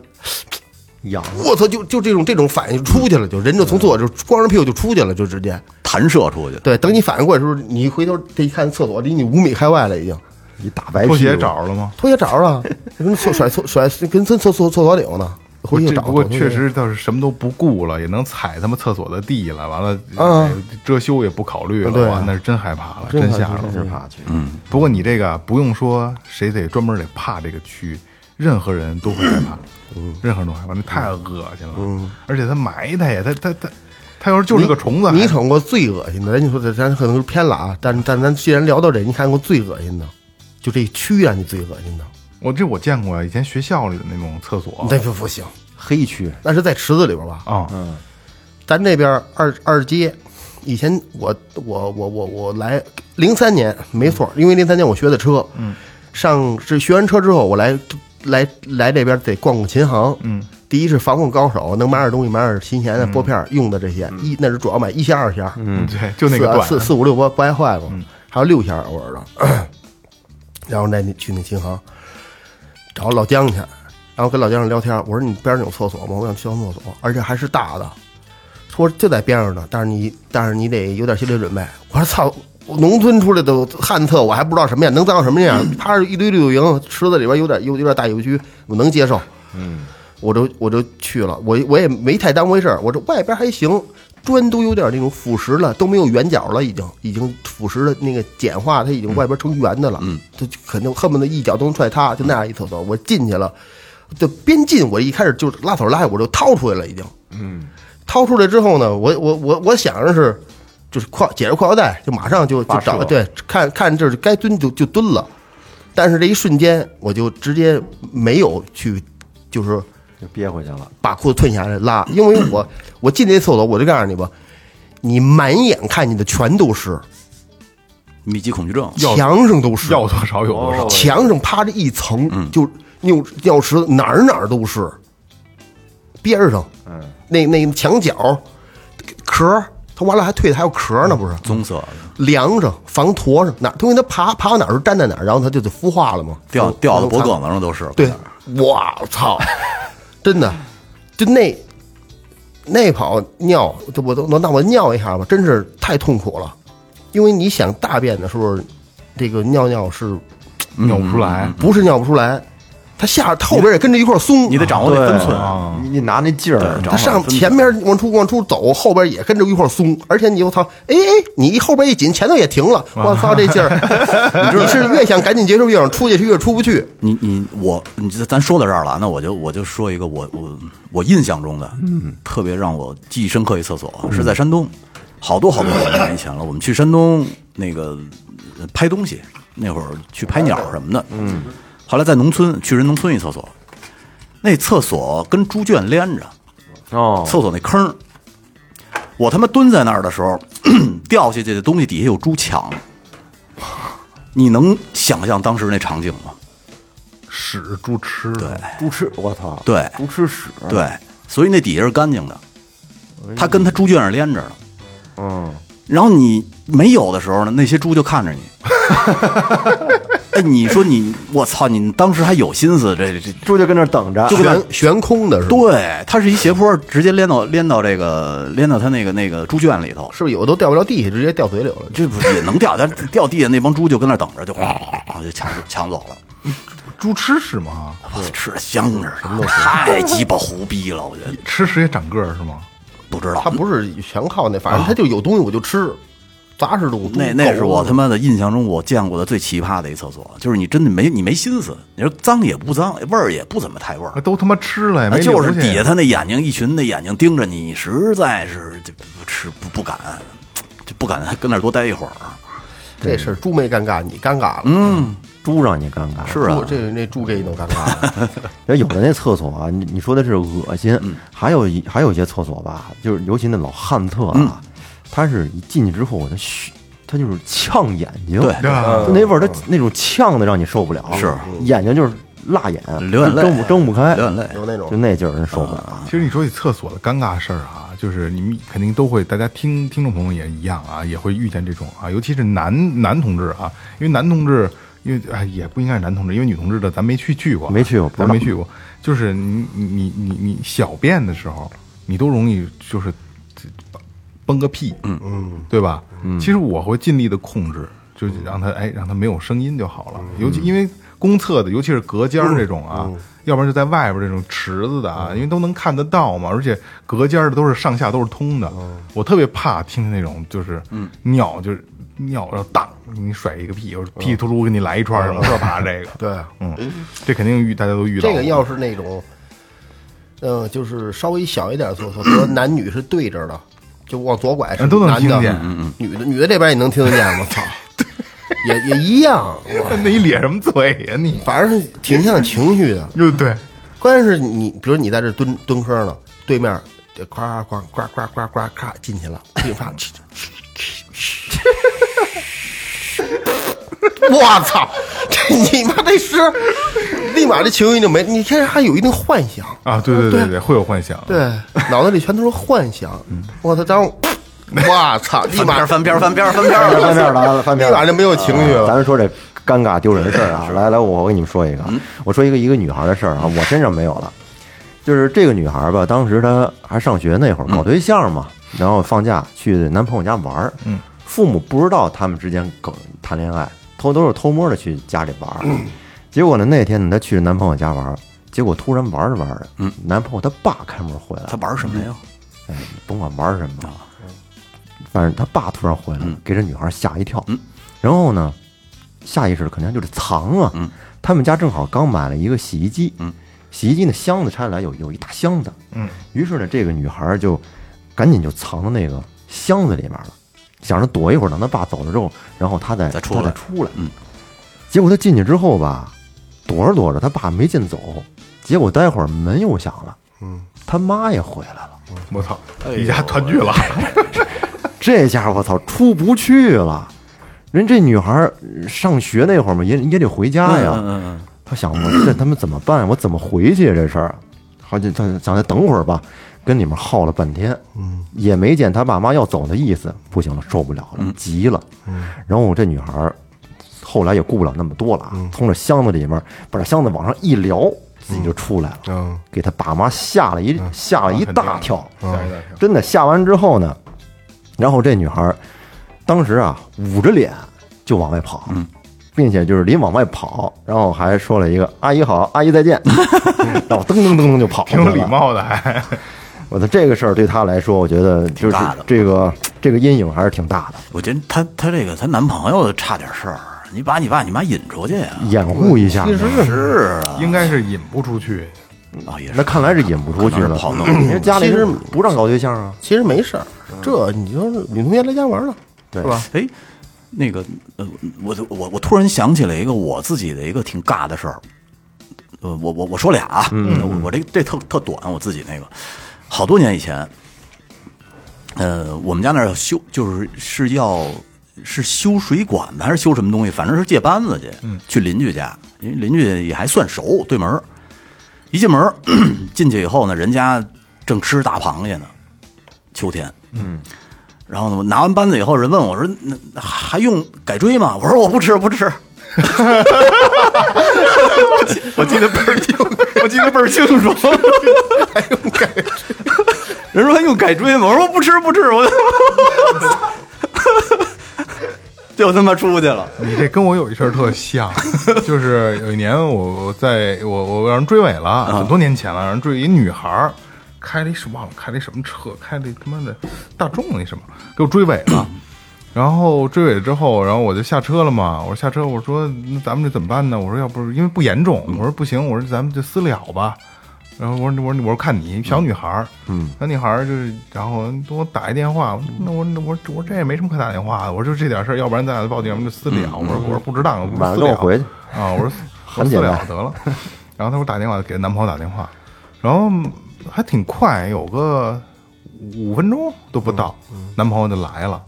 Speaker 4: 痒，
Speaker 3: 我操，就就这种这种反应就出去了，就人就从厕所就光着屁股就出去了，就直接。
Speaker 5: 弹射出去，
Speaker 3: 对，等你反应过来的时候，你一回头这一看，厕所离你五米开外了，已经
Speaker 4: 一大白
Speaker 2: 拖鞋
Speaker 4: 屁股
Speaker 2: 找着了吗？
Speaker 3: 拖鞋找着了，跟厕甩厕甩跟厕厕厕厕所里头呢，
Speaker 2: 不
Speaker 3: 回去
Speaker 2: 这
Speaker 3: 找。
Speaker 2: 不过
Speaker 3: 找拖鞋
Speaker 2: 确实倒是什么都不顾了，也能踩他妈厕所的地了，完了、
Speaker 3: 啊
Speaker 2: 遮羞也不考虑了，
Speaker 3: 对啊
Speaker 2: 哇那是真害怕了，
Speaker 3: 真
Speaker 2: 真
Speaker 3: 害
Speaker 2: 吓
Speaker 3: 怕
Speaker 2: 着
Speaker 3: 真
Speaker 2: 了
Speaker 3: 是。
Speaker 4: 怕去，
Speaker 2: 不过你这个不用说，谁得专门得怕这个蛆，任何人都会害怕，嗯任何人都害怕，那太恶心了，而且他埋汰呀，他他他他要是就是个虫子，
Speaker 3: 你
Speaker 2: 还
Speaker 3: 瞅过最恶心的？咱就说这，咱可能是偏了啊，但但咱既然聊到这，你看过最恶心的，就这蛆让你最恶心的，
Speaker 2: 我这我见过呀，以前学校里的那种厕所
Speaker 3: 那不不行，
Speaker 4: 黑区
Speaker 3: 那是在池子里边吧？
Speaker 2: 啊，
Speaker 3: 咱这边二二街，以前我我我我我来零三年没错，因为零三年我学的车，嗯，上是学完车之后，我来来来这边得逛逛琴行，嗯，第一是防控高手，能买点东西，买点新鲜的拨片儿用的这些，一那是主要买一线二线，嗯，
Speaker 2: 对，就那个
Speaker 3: 四
Speaker 2: 段啊嗯
Speaker 3: 四四五六不不爱坏过，还有六线偶尔的， <clears throat> 然后那去那琴行找老姜去，然后跟老姜聊天，我说你边上有厕所吗？我想去趟厕所，而且还是大的，说就在边上呢，但是你但是你得有点心理准备。我说操，我农村出来的旱厕我还不知道什么样，能脏成什么样？趴着一堆绿豆蝇，池子里边有点有有点大有蛆，我能接受。我就我就去了，我我也没太当回事儿，我这外边还行，砖都有点那种腐蚀了，都没有圆角了，已经已经腐蚀的那个碱化，它已经外边成圆的了，嗯，它就肯定恨不得一脚都能踹塌，就那样一厕所，我进去了，就边进我一开始就拉手拉下，我就掏出来了，已经，嗯，掏出来之后呢，我我我我想着是就是挎解着裤腰带，就马上就就找对看看这儿该蹲就就蹲了，但是这一瞬间我就直接没有去就是。
Speaker 4: 就憋回去了，
Speaker 3: 把裤子褪下来拉，因为
Speaker 2: <clears throat>
Speaker 3: 我我进那厕所，我就告诉你吧，你满眼看见的全都是，
Speaker 5: 密集恐惧
Speaker 3: 嗯
Speaker 5: 症，
Speaker 3: 墙上都是，
Speaker 2: 要多少有多少。嗯
Speaker 3: 墙上趴着一层，就尿尿池子哪儿哪儿都是，边上，嗯，那那墙角壳，它完了还退的还有壳呢，不
Speaker 2: 嗯
Speaker 3: 是
Speaker 5: 棕色
Speaker 3: 梁上、防坨上哪儿，因为它爬爬到哪儿就粘在哪儿，然后它就就孵化了嘛，
Speaker 5: 掉
Speaker 3: 就
Speaker 5: 掉到脖
Speaker 3: 就
Speaker 5: 梗子上都是。
Speaker 3: 对，我操，真的，就那那跑尿，就我都那我尿一下吧，真是太痛苦了，因为你想大便的时候，这个尿尿是
Speaker 2: 尿不出来，
Speaker 3: 不是尿不出来，它下它后边也跟着一块儿松，
Speaker 5: <laughs> 你得掌握那分寸啊！
Speaker 2: 嗯
Speaker 4: 你你拿那劲儿，
Speaker 5: 对
Speaker 3: 它上前面往出往出走，后边也跟着一块儿松，而且你又操，哎哎，你一后边一紧，前头也停了，我操这劲
Speaker 5: <laughs>
Speaker 3: 儿，你是越想赶紧结束越想出去，越出不去。
Speaker 5: 你你我你这咱说到这儿了，那我就我就说一个我我我印象中的，嗯，特别让我记忆深刻一厕所啊是在山东，好多好多好多年以前了。我们去山东那个呃拍东西，那会儿去拍鸟什么的，嗯，后来在农村去人农村一厕所，那厕所跟猪圈连着，
Speaker 4: 哦，
Speaker 5: 厕所那坑儿，我他妈蹲在那儿的时候， <coughs> 掉下去的东西底下有猪抢，你能想象当时那场景吗？
Speaker 2: 屎猪吃的，
Speaker 4: 猪吃，我操，
Speaker 5: 对
Speaker 4: 猪吃屎，
Speaker 5: 对，所以那底下是干净的，它跟它猪圈是连着的。
Speaker 4: 嗯，
Speaker 5: 然后你没有的时候呢，那些猪就看着你。哎，你说你，我操！你当时还有心思，这这
Speaker 4: 猪就跟那儿等着，
Speaker 3: 悬悬空的是吧？
Speaker 5: 对，它是一斜坡，直接连到连到这个连到它那个那个猪圈里头，
Speaker 3: 是不是有的都掉不了地下，直接掉嘴里了？
Speaker 5: 这不是也能掉？但是掉地下那帮猪就跟那儿等着，就哗哗哗就抢抢走了。
Speaker 2: 猪吃屎吗？
Speaker 5: 我操吃的香着呢，太鸡巴胡逼了！我觉得
Speaker 2: 吃屎也长个儿是吗？
Speaker 5: 不知道
Speaker 3: 它，不是全靠那，反正它就有东西我就吃，杂食动物。
Speaker 5: 啊那
Speaker 3: 猪
Speaker 5: 那是我
Speaker 3: 狗
Speaker 5: 他妈的印象中我见过的最奇葩的一厕所，就是你真的没你没心思，你说脏也不脏，味儿也不怎么太味
Speaker 2: 那
Speaker 3: 啊
Speaker 5: 儿，
Speaker 2: 啊都他妈吃了，也没
Speaker 5: 啊就是
Speaker 2: 留下
Speaker 5: 底下他那眼睛一群那眼睛盯着你，实在是就不吃不不敢，就不敢还跟那儿多待一会儿。
Speaker 3: 这
Speaker 5: 嗯
Speaker 3: 事儿猪没尴尬，你尴尬了。嗯，
Speaker 4: 猪让你尴尬，
Speaker 5: 是啊
Speaker 3: 这那猪这一弄尴尬
Speaker 5: <laughs>
Speaker 3: 了。
Speaker 4: 人有的那厕所啊，你你说的是恶心，
Speaker 5: 嗯
Speaker 4: 还有一还有一些厕所吧，就是尤其那老旱厕
Speaker 5: 嗯
Speaker 4: 啊，它是一进去之后，它嘘，它就是呛眼睛，
Speaker 5: 对嗯
Speaker 2: 对吧
Speaker 4: 就那味儿，它那种呛的让你受不了，
Speaker 5: 是
Speaker 4: 眼睛就是辣眼，
Speaker 5: 流眼泪
Speaker 4: 睁不睁不开，
Speaker 5: 流眼泪，嗯
Speaker 3: 有那种
Speaker 4: 就那劲儿人受不了。
Speaker 2: 其实你说起厕所的尴尬事儿啊，就是你们肯定都会，大家听听众朋友们也一样啊，也会遇见这种啊，尤其是男男同志啊，因为男同志，因为哎也不应该是男同志，因为女同志的咱没去去过啊，
Speaker 4: 没去过不知
Speaker 2: 咱
Speaker 4: 道
Speaker 2: 没去过，就是你你你你你小便的时候，你都容易就是崩个屁，嗯嗯，对吧？其实我会尽力的控制，就是让它哎让它没有声音就好了。
Speaker 3: 嗯
Speaker 2: 尤其因为公厕的，尤其是隔间儿这种啊，要不然就在外边儿这种池子的啊，
Speaker 3: 嗯
Speaker 2: 因为都能看得到嘛，而且隔间儿的都是上下都是通的。
Speaker 3: 嗯
Speaker 2: 我特别怕听那种就是尿就是尿，然后当你甩一个屁，
Speaker 3: 嗯
Speaker 2: 我屁突噜给你来一串儿，我特怕这
Speaker 3: <laughs>
Speaker 2: 个。
Speaker 3: 对，
Speaker 2: 嗯，这肯定遇大家都遇到
Speaker 3: 这
Speaker 2: 过。
Speaker 3: 个要是那种，呃，就是稍微小一点的厕所，和男女是对着的，就往左拐是
Speaker 2: 嗯都能
Speaker 3: 男
Speaker 2: 听
Speaker 3: 的
Speaker 2: 见，
Speaker 5: <laughs>
Speaker 3: 女的女的这边也能听得见。我操，也也一样，
Speaker 2: 那你咧什么嘴呀你？
Speaker 3: 反正是挺影响情绪的。
Speaker 2: 又对，
Speaker 3: 关键是你，比如你在这蹲蹲坑呢，对面这夸夸夸夸夸夸咔进去了，并发，我操！这你妈这诗，立马这情绪就没，你这还有一定幻想，
Speaker 2: 啊，对对对对，嗯会有幻想。
Speaker 3: 对，脑子里全都是幻想。我操，当时我操，立马
Speaker 5: 翻篇儿翻篇儿翻
Speaker 3: <laughs>
Speaker 5: 篇儿翻篇儿。
Speaker 4: 翻篇儿来了，啊翻篇儿
Speaker 3: 立马
Speaker 4: 了，啊
Speaker 3: 就没有情绪了
Speaker 4: 咱们说这尴尬丢人的事儿啊，来来，我我给你们说一个，啊
Speaker 3: 嗯
Speaker 4: 我说一个一个女孩的事儿啊，我身上没有了。就是这个女孩吧，当时她还上学那
Speaker 3: 嗯
Speaker 4: 会儿搞对象嘛，然后放假去男朋友家玩儿，
Speaker 2: 嗯，
Speaker 4: 父母不知道他们之间搞谈恋爱，偷都是偷摸的去家里玩儿。
Speaker 3: 嗯
Speaker 4: 结果呢，那天呢，她去男朋友家玩儿，结果突然玩着玩着，嗯，男朋友他爸开门回来了
Speaker 5: 他，玩什么呀？
Speaker 4: 哎，甭管玩什
Speaker 5: 啊
Speaker 4: 么，反正他爸突然回来
Speaker 5: 嗯
Speaker 4: 了，给这女孩吓一跳。然后呢，下意识肯定就得藏啊。
Speaker 5: 嗯
Speaker 4: 他们家正好刚买了一个洗衣机，洗衣机的箱子拆下来有有一大箱子，
Speaker 2: 嗯，
Speaker 4: 于是呢，这个女孩就赶紧就藏到那个箱子里面了，想着躲一会儿，等他爸走了之后，然后她再
Speaker 5: 再出
Speaker 4: 她
Speaker 5: 来
Speaker 4: 再出来。
Speaker 5: 嗯，
Speaker 4: 结果她进去之后吧，躲着躲着，她爸没见走，结果待会儿门又响了，嗯，他妈也回来了。
Speaker 2: 我操，一家团聚了。
Speaker 4: 这家伙操出不去了。人这女孩儿上学那会儿嘛，也也得回家呀。
Speaker 5: 嗯嗯嗯
Speaker 4: 她想我这他妈怎么办？我怎么回去呀这事儿？好，就她想再等会儿吧，跟你们耗了半天，嗯，也没见她爸妈要走的意思。不行了，受不了了，
Speaker 5: 嗯
Speaker 4: 急了。然后这女孩儿后来也顾不了那么多了
Speaker 2: 嗯
Speaker 4: 啊，从这箱子里面把这箱子往上一撩，自己就出来了，
Speaker 3: 嗯，
Speaker 4: 给她爸妈吓了一吓了一大跳。
Speaker 2: 嗯吓一大跳。
Speaker 4: 真的下完之后呢，然后这女孩儿当时啊捂着脸就往外跑，
Speaker 2: 嗯
Speaker 4: 并且就是临往外跑，然后还说了一个“阿姨好，阿姨再
Speaker 2: <laughs>
Speaker 4: 见”，然后噔噔噔噔就跑，
Speaker 2: 挺有礼。貌的，还
Speaker 4: 我的这个事儿对她来说，我觉得就是
Speaker 5: 挺大的
Speaker 4: 这个这个阴影还是挺大的，
Speaker 5: 我觉得她她这个她男朋友差点事儿，你把你爸你妈引出去
Speaker 3: 嗯
Speaker 5: 呀？
Speaker 4: 掩护一下。
Speaker 5: 是啊，
Speaker 2: 应该是引不出去。
Speaker 5: 啊也是
Speaker 4: 那看来是引不出去了，嗯
Speaker 5: 跑弄
Speaker 4: 因为家里
Speaker 3: 其实
Speaker 4: 不让搞对象啊。
Speaker 3: 其实没事儿，
Speaker 2: 嗯
Speaker 3: 这你就是女同学来家玩了，
Speaker 4: 对
Speaker 3: 是吧？
Speaker 5: 哎，那个呃，我我我突然想起来一个我自己的一个挺尬的事儿，呃，我我我说俩啊，我我这这特特短，我自己那个好多年以前，呃，我们家那儿要修，就是是要是修水管子还是修什么东西，反正是借班子去，去邻居家，因为邻居也还算熟，对门儿。一进门儿 <clears throat> 进去以后呢，人家正吃大螃蟹呢，秋天，然后呢，我拿完班子以后，人问我说：“那那还用改锥吗？”我说：“我不吃，不吃。”
Speaker 2: <laughs> 我记得倍儿清，我记得倍儿清楚。
Speaker 5: 人说：“还用改锥吗？”我说：“不吃，不吃。”我 <laughs> 就他妈出去了。
Speaker 2: 你这跟我有一事儿特 <laughs> 像，就是有一年我我在我我让人追尾了，很多年前了，让人追一女孩儿，开了一什么忘了开了一什么车，开了一他妈的大众那什么，给我追尾了。然后追尾之后，然后我就下车了嘛。我说下车，我说那咱们这怎么办呢？我说要不是因为不严重，
Speaker 4: 嗯
Speaker 2: 我说不行，我说咱们就私了吧。然后我说我说我说看你小女孩儿，嗯，小女孩儿就是，然后给我打一电话，那我那我我说这也没什么可打电话的，我说就这点事儿，要不然咱俩就报警，要不然就私了。我说我说不值当，我不
Speaker 4: 嗯晚上
Speaker 2: 私
Speaker 4: 跟我
Speaker 2: 了
Speaker 4: 回去
Speaker 2: 啊，
Speaker 4: <laughs>
Speaker 2: 我说我
Speaker 4: 很
Speaker 2: 私
Speaker 4: 简单
Speaker 2: 了得了。然后他给我打电话给男朋友打电话，然后还挺快，有个五分钟都不到，
Speaker 4: 嗯
Speaker 2: 男朋友就来了，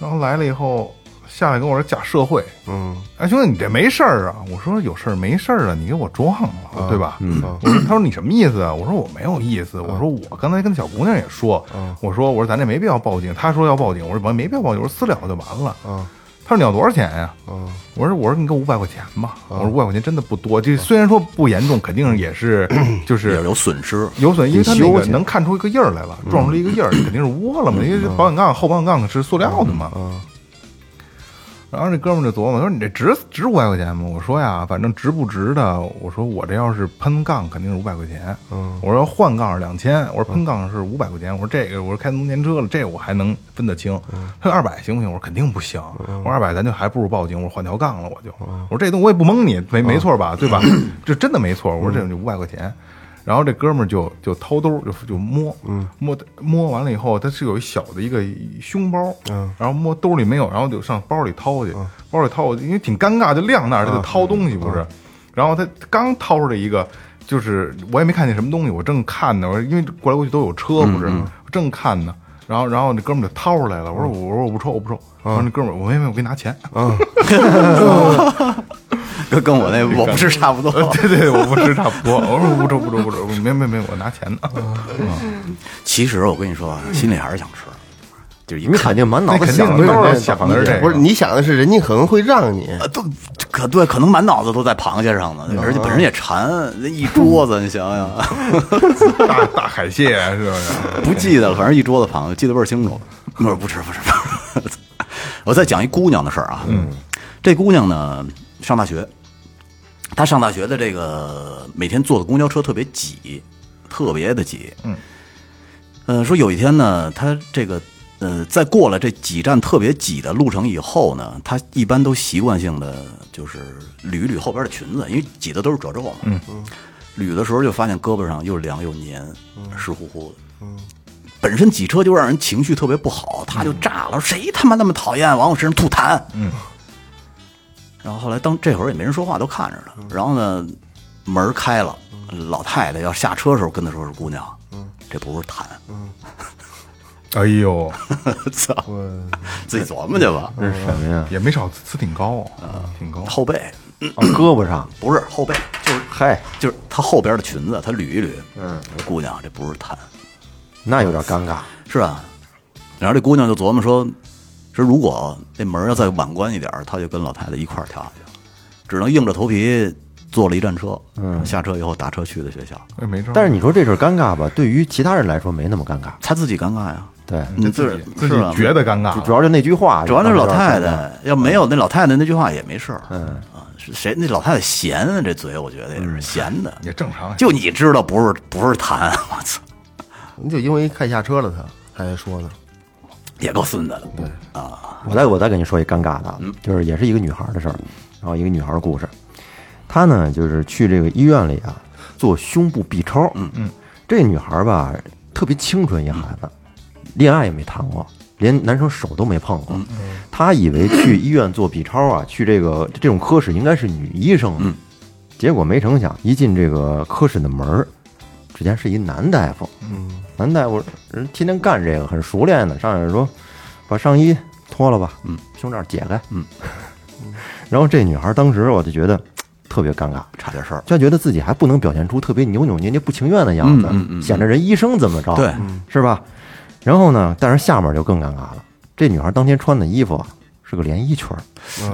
Speaker 2: 然后来了以后下来跟我说假社会，
Speaker 3: 嗯，
Speaker 2: 哎，兄弟，你这没事儿啊？我说有事儿没事儿啊，你给我装了，对吧？嗯，我说，他说你什么意思啊？我说我没有意思，我说我刚才跟小姑娘也说，我说我说咱这没必要报警，她说要报警，我说没必要报警，我说私了就完了。
Speaker 3: 嗯，
Speaker 2: 他说你要多少钱呀？
Speaker 3: 嗯，
Speaker 2: 我说我说你给我五百块钱吧，我说五百块钱真的不多，这虽然说不严重，肯定也是就是
Speaker 5: 也是有损失，
Speaker 2: 有损，因为它
Speaker 4: 修
Speaker 2: 那个
Speaker 4: 去
Speaker 2: 能看出一个印儿来了，撞出了一个印儿，肯定是窝了嘛，因为这保险杠后保险杠是塑料的嘛。然后这哥们儿就琢磨，说你这值值五百块钱吗？我说呀，反正值不值的，我说我这要是喷杠肯定是五百块钱，嗯，我说换杠是两千，我说喷杠是五百块钱，我说这个我说开农田车了，这我还能分得清。他说二百行不行？我说肯定不行，我说二百咱就还不如报警，我说换条杠了我就，我说这东西我也不蒙你，没没错吧，对吧？这真的没错，我说这五百块钱。然后这哥们儿就就掏兜儿就就摸，摸摸完了以后，他是有一小的一个胸包，然后摸兜里没有，然后就上包里掏去，包里掏，因为挺尴尬，就晾那儿，他就掏东西不是，然后他刚掏出来一个，就是我也没看见什么东西，我正看呢，我说因为过来过去都有车不是，我正看呢。然后，然后那哥们儿就掏出来了，我说我我说我不抽我不抽，然后那哥们儿我没没我给你拿 <laughs> 钱，
Speaker 5: 跟跟 <laughs> 我那我不是差不多。
Speaker 2: 对对，我不吃差不多。我说不抽不抽不抽，没没没，我拿钱呢。
Speaker 5: <laughs> 其实我跟你说啊，心里还是想吃，就是一
Speaker 4: 你
Speaker 5: 看
Speaker 4: 肯定满脑
Speaker 2: 那
Speaker 4: 子
Speaker 2: 肯定
Speaker 4: 想
Speaker 2: 没
Speaker 4: 的
Speaker 2: 有
Speaker 4: 都
Speaker 2: 人
Speaker 4: 是
Speaker 2: 想的是这个，
Speaker 3: 不是你想的是人家可能会让你，
Speaker 5: 呃都可对，可能满脑子都在螃蟹上呢，而且本身也馋，那一桌子你想想，
Speaker 2: 大大海蟹啊是不是？
Speaker 5: 不记得了，反正一桌子螃蟹，记得倍儿清 <laughs> 楚。我说不吃不吃不吃。 <laughs> 我再讲一姑娘的事儿啊，嗯，这姑娘呢上大学，她上大学的这个每天坐的公交车特别挤，特别的挤，嗯，呃，说有一天呢，她这个呃，在过了这几站特别挤的路程以后呢，她一般都习惯性的就是捋一捋后边的裙子，因为挤的都是褶皱嘛，嗯捋的时候就发现胳膊上又凉又黏，湿乎乎的，本身挤车就让人情绪特别不好，他就炸了，谁他妈那么讨厌，往我身上吐痰。嗯。然后后来当这会儿也没人说话，都看着他。然后呢，门儿开了，老太太要下车的时候跟他说：“是姑娘，这不是痰。
Speaker 2: 哎呦，”
Speaker 5: <laughs> 操，自己琢磨去吧。
Speaker 4: 这是什么呀？
Speaker 2: 也没少呲，挺高啊，挺高。
Speaker 5: 后背
Speaker 4: 哦胳膊上，
Speaker 5: 不是后背，就是
Speaker 4: 嗨，
Speaker 5: 就是她后边的裙子，她捋一捋。嗯，姑娘，这不是痰。
Speaker 4: 那有点尴尬。
Speaker 5: 是啊，然后这姑娘就琢磨说，说如果这门儿要再晚关一点儿，她就跟老太太一块儿跳下去了，只能硬着头皮坐了一站车，嗯，下车以后打车去的学校，
Speaker 2: 我也没招。
Speaker 4: 但是你说这事儿尴尬吧？对于其他人来说没那么尴尬，
Speaker 5: 她自己尴尬呀，
Speaker 4: 对，
Speaker 5: 你
Speaker 2: 自己自己
Speaker 5: 是啊
Speaker 2: 觉得尴尬
Speaker 4: 主主，要就那句话，
Speaker 5: 主要那
Speaker 4: 是
Speaker 5: 老太，太，要没有那老太太那句话也没事儿，嗯啊，是谁那老太太闲啊，这嘴我觉得也是闲的，
Speaker 2: 也正常。
Speaker 5: 就你知道不是不是痰，我操，
Speaker 3: 你就因为看下车了他，他还说呢，
Speaker 5: 也够孙子的，对，
Speaker 4: 我再我再跟你说一尴尬的啊，就是也是一个女孩的事儿，然后一个女孩的故事。她呢，就是去这个医院里啊做胸部 B 超，嗯嗯，这女孩吧特别清纯一孩子，恋爱也没谈过，连男生手都没碰
Speaker 5: 嗯
Speaker 4: 过。她以为去医院做 B 超啊，去这个这种科室应该是女医生
Speaker 5: 嗯
Speaker 4: 的，结果没成想一进这个科室的门儿，只见是一男大夫，嗯，男大夫人天天干这个，很熟练的，上来说把上衣脱了吧，嗯，胸罩解开，嗯， <laughs> 然后这女孩当时我就觉得特别尴尬，
Speaker 5: 差点事儿，
Speaker 4: 就觉得自己还不能表现出特别扭扭捏捏、不情愿的样子，
Speaker 5: 嗯嗯嗯
Speaker 4: 显得人医生怎么着，
Speaker 5: 对，
Speaker 4: 是吧？然后呢，但是下面就更尴尬了，这女孩当天穿的衣服啊是个连衣裙儿，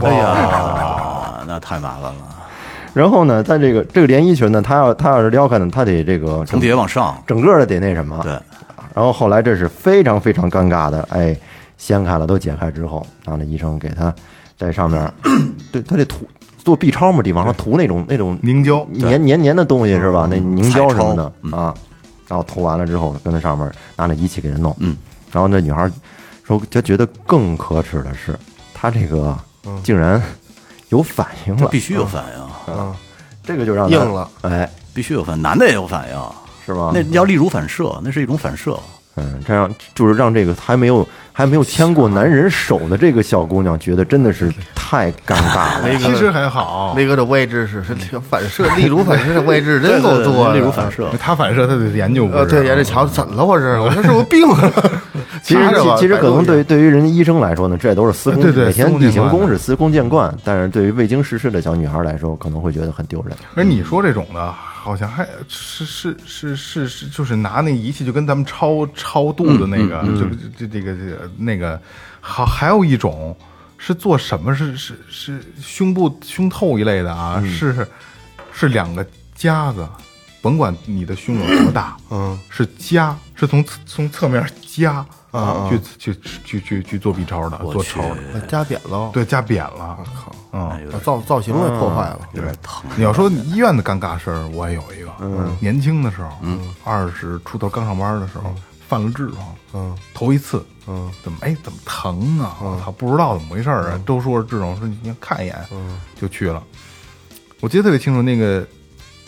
Speaker 5: 哎呀，那太麻烦了，
Speaker 4: 然后呢，在这个这个连衣裙呢，她要她要是撩开呢，她得这个
Speaker 5: 从底下往上，
Speaker 4: 整个的得那什么，
Speaker 5: 对。
Speaker 4: 然后后来这是非常非常尴尬的，哎，掀开了都解开之后，然后那医生给他在上面， <coughs> 对他得涂做 B 超嘛，地方上涂那种那种
Speaker 2: 凝胶
Speaker 4: 黏黏黏的东西是吧？那凝胶什么的
Speaker 5: 嗯彩嗯超
Speaker 4: 啊，然后涂完了之后，跟那上面拿那仪器给他弄，
Speaker 5: 嗯，
Speaker 4: 然后那女孩说，她觉得更可耻的是，她这个竟然有反应了
Speaker 5: 嗯必，须有反应，啊
Speaker 4: 这个就让她
Speaker 3: 硬了，
Speaker 4: 哎，
Speaker 5: 必须有反应，男的也有反
Speaker 2: 啊
Speaker 5: 应，
Speaker 4: 是吧？
Speaker 5: 那叫例如反射，那是一种反射。
Speaker 4: 嗯，这样就是让这个还没有还没有牵过男人手的这个小姑娘，觉得真的是太尴尬了。
Speaker 3: 雷
Speaker 2: 其实
Speaker 3: 哥
Speaker 2: 还好，
Speaker 3: 雷哥的位置是是这个反射， <laughs> 例如反射的位置真够多的，
Speaker 5: 例如反射。
Speaker 2: 他反射他得研究，
Speaker 3: 呃，对，也得瞧怎么了，我这我这是不是病了？
Speaker 4: 其实
Speaker 3: 查着吧
Speaker 4: 其其实可能对于
Speaker 3: 百
Speaker 4: 对于人家医生来说呢，这都是司空
Speaker 2: 对对
Speaker 4: 每天
Speaker 2: 司空见
Speaker 4: 例行
Speaker 2: 惯
Speaker 4: 公事、司空见惯。但是对于未经世事的小女孩来说，可能会觉得很丢人。
Speaker 2: 而你说这种的，好像还是是是是是，就是拿那仪器就跟咱们超超度的那个，就是这这个这个那个，好还有一种是做什么是是是胸部胸透一类的啊，是是两个夹子，甭管你的胸有多大，嗯，是夹，是从侧从侧面夹啊，去去去去去做 B 超的，
Speaker 5: 我
Speaker 2: 做
Speaker 5: 去
Speaker 2: 超的，
Speaker 3: 度呃也加扁了，
Speaker 2: 对，夹扁了，靠，嗯，
Speaker 3: 把造造型也破坏了。
Speaker 5: 有点疼。
Speaker 2: 你要说医院的尴尬事儿，我也有一个。嗯，年轻的时候，嗯，二十出头刚上班的时候，犯了痔疮，嗯，头一次，嗯，怎么哎怎么疼啊？我操，不知道怎么回事儿啊！都嗯说是痔疮，说你先看一眼，嗯，就去了。我记得特别清楚，那个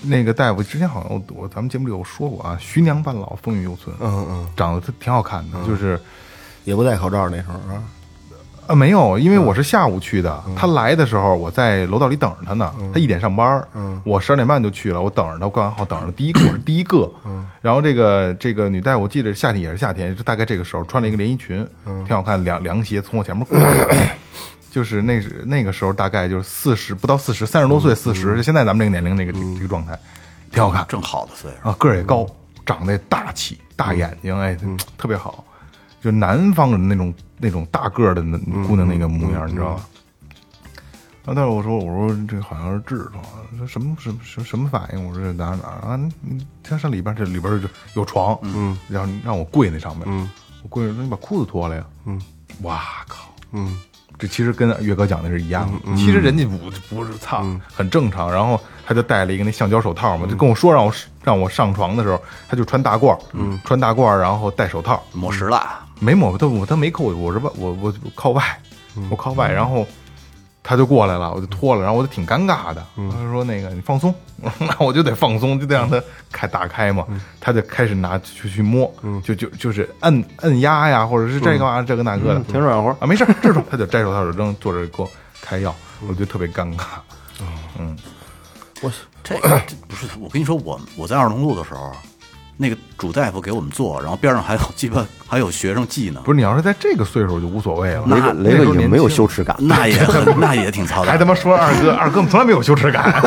Speaker 2: 那个大夫之前好像我我咱们节目里有说过啊，徐娘半老，风雨犹存，
Speaker 3: 嗯嗯，
Speaker 2: 长得挺好看的，就是
Speaker 3: 也不戴口罩那时候啊，
Speaker 2: 啊没有，因为我是下午去的，他来的时候我在楼道里等着他呢，他一点上班，我十二点半就去了，我等着他，刚好等着第一个我是第一个，然后这个这个女大夫，我记得夏天也是夏天，就大概这个时候穿了一个连衣裙，挺好看，凉凉鞋从我前面过来。就是那时那个时候大概就是四十不到四十，三十多岁四十、就现在咱们这个年龄那个、这个状态，挺好看，
Speaker 5: 正好的岁数，
Speaker 2: 啊，个儿也高，长得也大气，大眼睛，哎，特别好，就南方人那种那种大个儿的那姑娘那个模样，你知道吧？然后但是我说我说这好像是痔疮，说什么什么什么什么反应？我说这哪儿哪儿啊？你先上里边儿，这里边儿就有床，嗯，然后让我跪那上面，嗯，我跪着说你把裤子脱了呀，嗯，哇靠，
Speaker 3: 嗯，
Speaker 2: 这其实跟岳哥讲的是一样的。其实人家不不是操，很正常。然后他就戴了一个那橡胶手套嘛，就跟我说让我让我上床的时候，他就穿大褂，嗯，穿大褂，然后戴手套，
Speaker 5: 抹实了，
Speaker 2: 没抹他我他没扣我，我是外我我我靠外，
Speaker 4: 嗯
Speaker 2: 我靠外，然后他就过来了，我就脱了，然后我就挺尴尬的，
Speaker 4: 嗯
Speaker 2: 他说那个你放松， <laughs> 那我就得放松，就得让他开打开嘛，
Speaker 4: 嗯
Speaker 2: 他就开始拿去去摸，就就就是摁摁压呀，或者是这个啊这个那个的，
Speaker 4: 嗯挺软和
Speaker 2: 啊，没事儿，这种他就摘手套就扔，坐这儿给我开药，
Speaker 4: 嗯
Speaker 2: 我就特别尴尬，
Speaker 3: 我
Speaker 5: 这个这不是我跟你说，我我在二龙路的时候，那个主大夫给我们做，然后边上还有鸡巴还有学生记呢，
Speaker 2: 不是你要是在这个岁数就无所谓了，
Speaker 4: 雷哥，雷哥已经没有羞耻感，
Speaker 5: 那也很 <laughs> 那也挺操
Speaker 2: 还
Speaker 5: 蛋
Speaker 2: 他。妈说二哥，二哥我们从来没有羞耻感，啊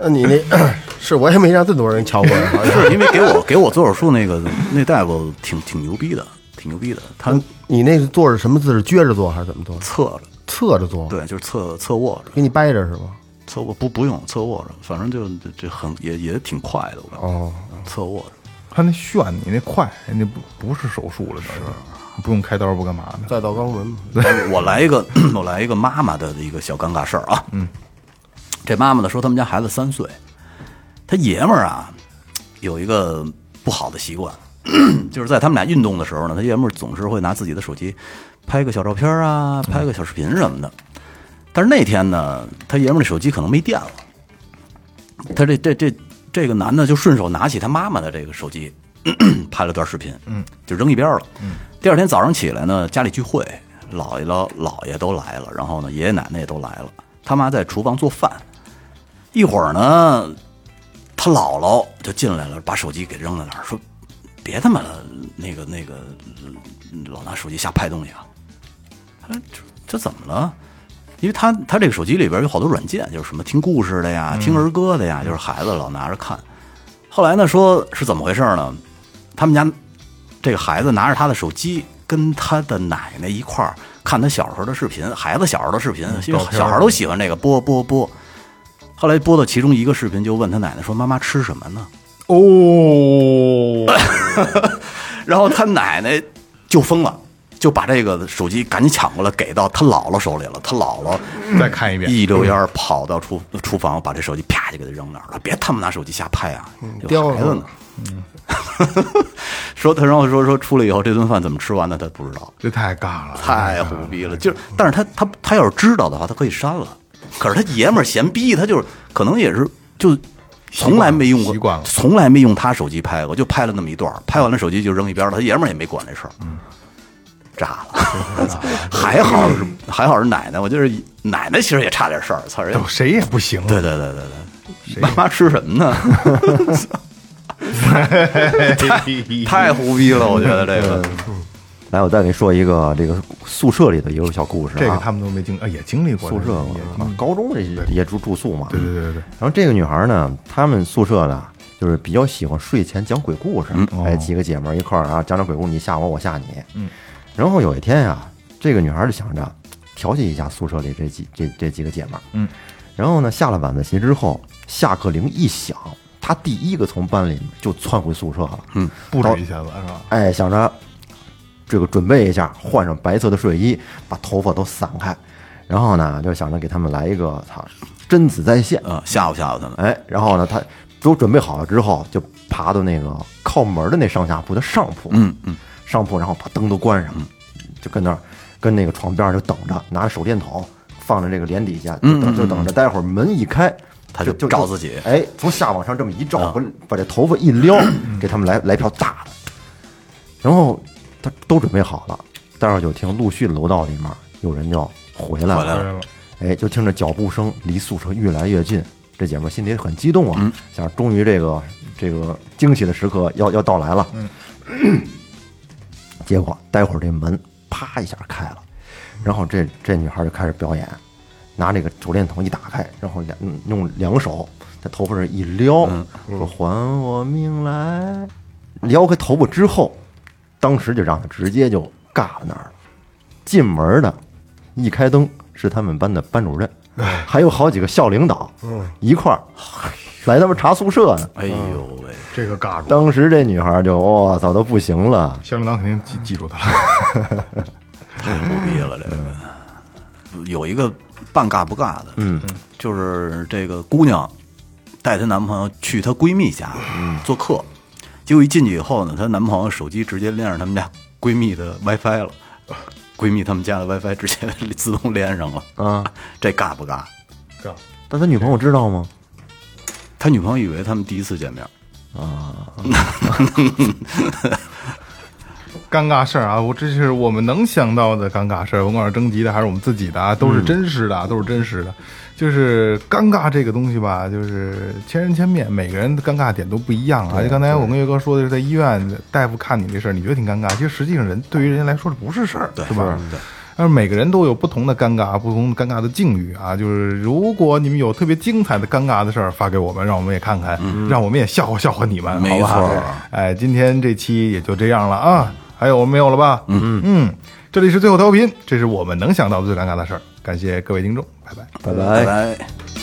Speaker 3: 那你那 <coughs> 是我也没让这么多人瞧过呀，好像
Speaker 5: 是因为给我给我做手术那个那大夫挺挺牛逼的，挺牛逼的，他
Speaker 2: 嗯
Speaker 3: 你那个坐着什么姿势？撅着坐还是怎么坐？
Speaker 5: 侧着，
Speaker 3: 侧着坐，，
Speaker 5: 对，就是侧侧卧着，
Speaker 3: 给你掰着是吧？
Speaker 5: 侧卧不不用侧卧着，反正就这这很也也挺快的，我感觉
Speaker 3: 哦，
Speaker 5: 侧卧着。
Speaker 2: 他那炫你那快，人家不不是手术了，是不用开刀不干嘛的。
Speaker 3: 再到肛门嘛，
Speaker 5: 我来一个，我来一个妈妈的一个小尴尬事儿啊。嗯，这妈妈呢说他们家孩子三岁，他爷们儿啊有一个不好的习惯， <clears throat> 就是在他们俩运动的时候呢，他爷们儿总是会拿自己的手机拍个小照片啊，拍个小视频什么的。但是那天呢，他爷们儿的手机可能没电了，他这这这这个男的就顺手拿起他妈妈的这个手机，拍了段视频，嗯，就扔一边儿了。嗯，第二天早上起来呢，家里聚会，姥爷老姥爷都来了，然后呢，爷爷奶奶也都来了，他妈在厨房做饭，一会儿呢，他姥姥就进来了，把手机给扔在那儿，说：“别他妈了，那个那个，老拿手机瞎拍东西啊。”他说：“这这怎么了？”因为他他这个手机里边有好多软件，就是什么听故事的呀、听儿歌的呀，就是孩子老拿着看。后来呢，说是怎么回事呢？他们家这个孩子拿着他的手机，跟他的奶奶一块儿看他小时候的视频，孩子小时候的视频，因为
Speaker 2: 嗯照片
Speaker 5: 小孩都喜欢这个，播播播。后来播到其中一个视频，就问他奶奶说：“妈妈吃什么呢
Speaker 2: 哦，？”
Speaker 5: 然后他奶奶就疯了，就把这个手机赶紧抢过来给到他姥姥手里了。他姥姥
Speaker 2: <coughs> 再看一遍，
Speaker 5: 一溜烟儿跑到厨厨房，把这手机啪就给他扔那儿了。别他妈拿手机瞎拍啊，有
Speaker 3: 叼
Speaker 5: 孩子
Speaker 3: 了
Speaker 5: 呢。 <laughs> 说他，然后说说出来以后这顿饭怎么吃完的，他不知道，
Speaker 2: 这太尬了，
Speaker 5: 太虎逼了。就是，但是他他他要是知道的话，他可以删了。可是他爷们儿嫌逼，他就是可能也是就从来没用过，
Speaker 2: 习惯了
Speaker 5: 从来没用他手机拍过，就拍了那么一段儿，拍完了手机就扔一边儿了。他爷们儿也没管这事儿，炸了。还好是还好是奶奶，我就是奶奶，其实也差点事儿，操人家
Speaker 2: 都谁也不行了。
Speaker 5: 对对对对对，妈妈吃什么呢？ <laughs> 太胡逼了，我觉得这个
Speaker 4: 来，我再给你说一个这个宿舍里的一个小故事、啊。
Speaker 2: 这个他们都没经啊，也经历过
Speaker 4: 宿舍
Speaker 2: 这个
Speaker 4: 嘛
Speaker 2: 也
Speaker 4: 啊，高中这也也住住宿嘛。
Speaker 2: 对对对对
Speaker 4: 然后这个女孩呢，她们宿舍呢，就是比较喜欢睡前讲鬼故事，哎，几个姐们儿一块儿啊，讲讲鬼故事，你吓我，我吓你。嗯。然后有一天呀，这个女孩就想着调戏一下宿舍里这几这这几个姐们儿。
Speaker 2: 嗯。
Speaker 4: 然后呢，下了晚自习之后，下课铃一响，她第一个从班里就窜回宿舍了。嗯。
Speaker 2: 对，布置一下子是吧？
Speaker 4: 哎，想着这个准备一下，换上白色的睡衣，把头发都散开，然后呢，就想着给他们来一个操贞子在线，
Speaker 5: 呃吓唬吓唬他们。
Speaker 4: 哎，然后呢，他都准备好了之后，就爬到那个靠门的那上下铺的上铺，
Speaker 5: 嗯嗯，
Speaker 4: 上铺，然后把灯都关上，就跟那儿跟那个床边儿就等着，拿着手电筒放着这个帘底下，就等就等着，待会儿门一开，
Speaker 5: 嗯他
Speaker 4: 就
Speaker 5: 就照自己，啊
Speaker 4: 哎，从下往上这么一照，把把这头发
Speaker 5: <clears throat>
Speaker 4: 一撩，给他们来来票大的。然后他都准备好了，待会儿就听陆续楼道里面有人要回来
Speaker 5: 回来了，
Speaker 4: 了
Speaker 2: 对了
Speaker 4: 哎，就听着脚步声离宿舍越来越近，这姐们儿心里也很激动啊，想终于这个这个惊喜的时刻要要到来了。结果待会儿这门啪一下开了，然后这这女孩就开始表演，拿这个手电筒一打开，然后两嗯用两手在头发上一撩，说还我命来。撩开头发之后，当时就让她直接就尬在那儿了。进门的，一开灯是他们班的班主任，还有好几个校领导，一块儿来他们查宿舍呢。
Speaker 5: 哎呦喂，
Speaker 2: 这个尬住，
Speaker 4: 当时这女孩就我操、都不行了，
Speaker 2: 校领导肯定记记住他了。 <laughs>
Speaker 5: 太牛逼了，这个有一个半尬不尬的，嗯，就是这个姑娘带她男朋友去她闺蜜家做客，结果一进去以后呢，她男朋友手机直接连上他们家闺蜜的 WiFi 了，闺蜜他们家的 WiFi 直接 <laughs> 自动连上了，
Speaker 4: 啊，
Speaker 5: 这尬不尬？
Speaker 2: 尬
Speaker 4: 但他女朋友知道吗？
Speaker 5: 他女朋友以为他们第一次见面，
Speaker 2: 尴尬事儿啊！我这是我们能想到的尴尬事儿，甭管是征集的还是我们自己的啊，都是真实的啊，都是真实的。就是尴尬这个东西吧，就是千人千面，每个人的尴尬点都不一样啊。就刚才我跟岳哥说的是在医院大夫看你这事儿，你觉得挺尴尬，其实实际上人对于人家来说这不是事儿，
Speaker 5: 对
Speaker 2: 是吧？
Speaker 5: 对。
Speaker 2: 但是每个人都有不同的尴尬，不同的尴尬的境遇啊。就是如果你们有特别精彩的尴尬的事儿，发给我们，让我们也看看，让我们也笑话笑话你们，
Speaker 5: 嗯没
Speaker 2: 好吧？
Speaker 5: 错
Speaker 2: 哎，今天这期也就这样了啊，还有没有了吧？嗯嗯，这里是最后调频，这是我们能想到的最尴尬的事儿，感谢各位听众，拜拜。
Speaker 4: 拜
Speaker 5: 拜
Speaker 4: 拜。
Speaker 5: 拜。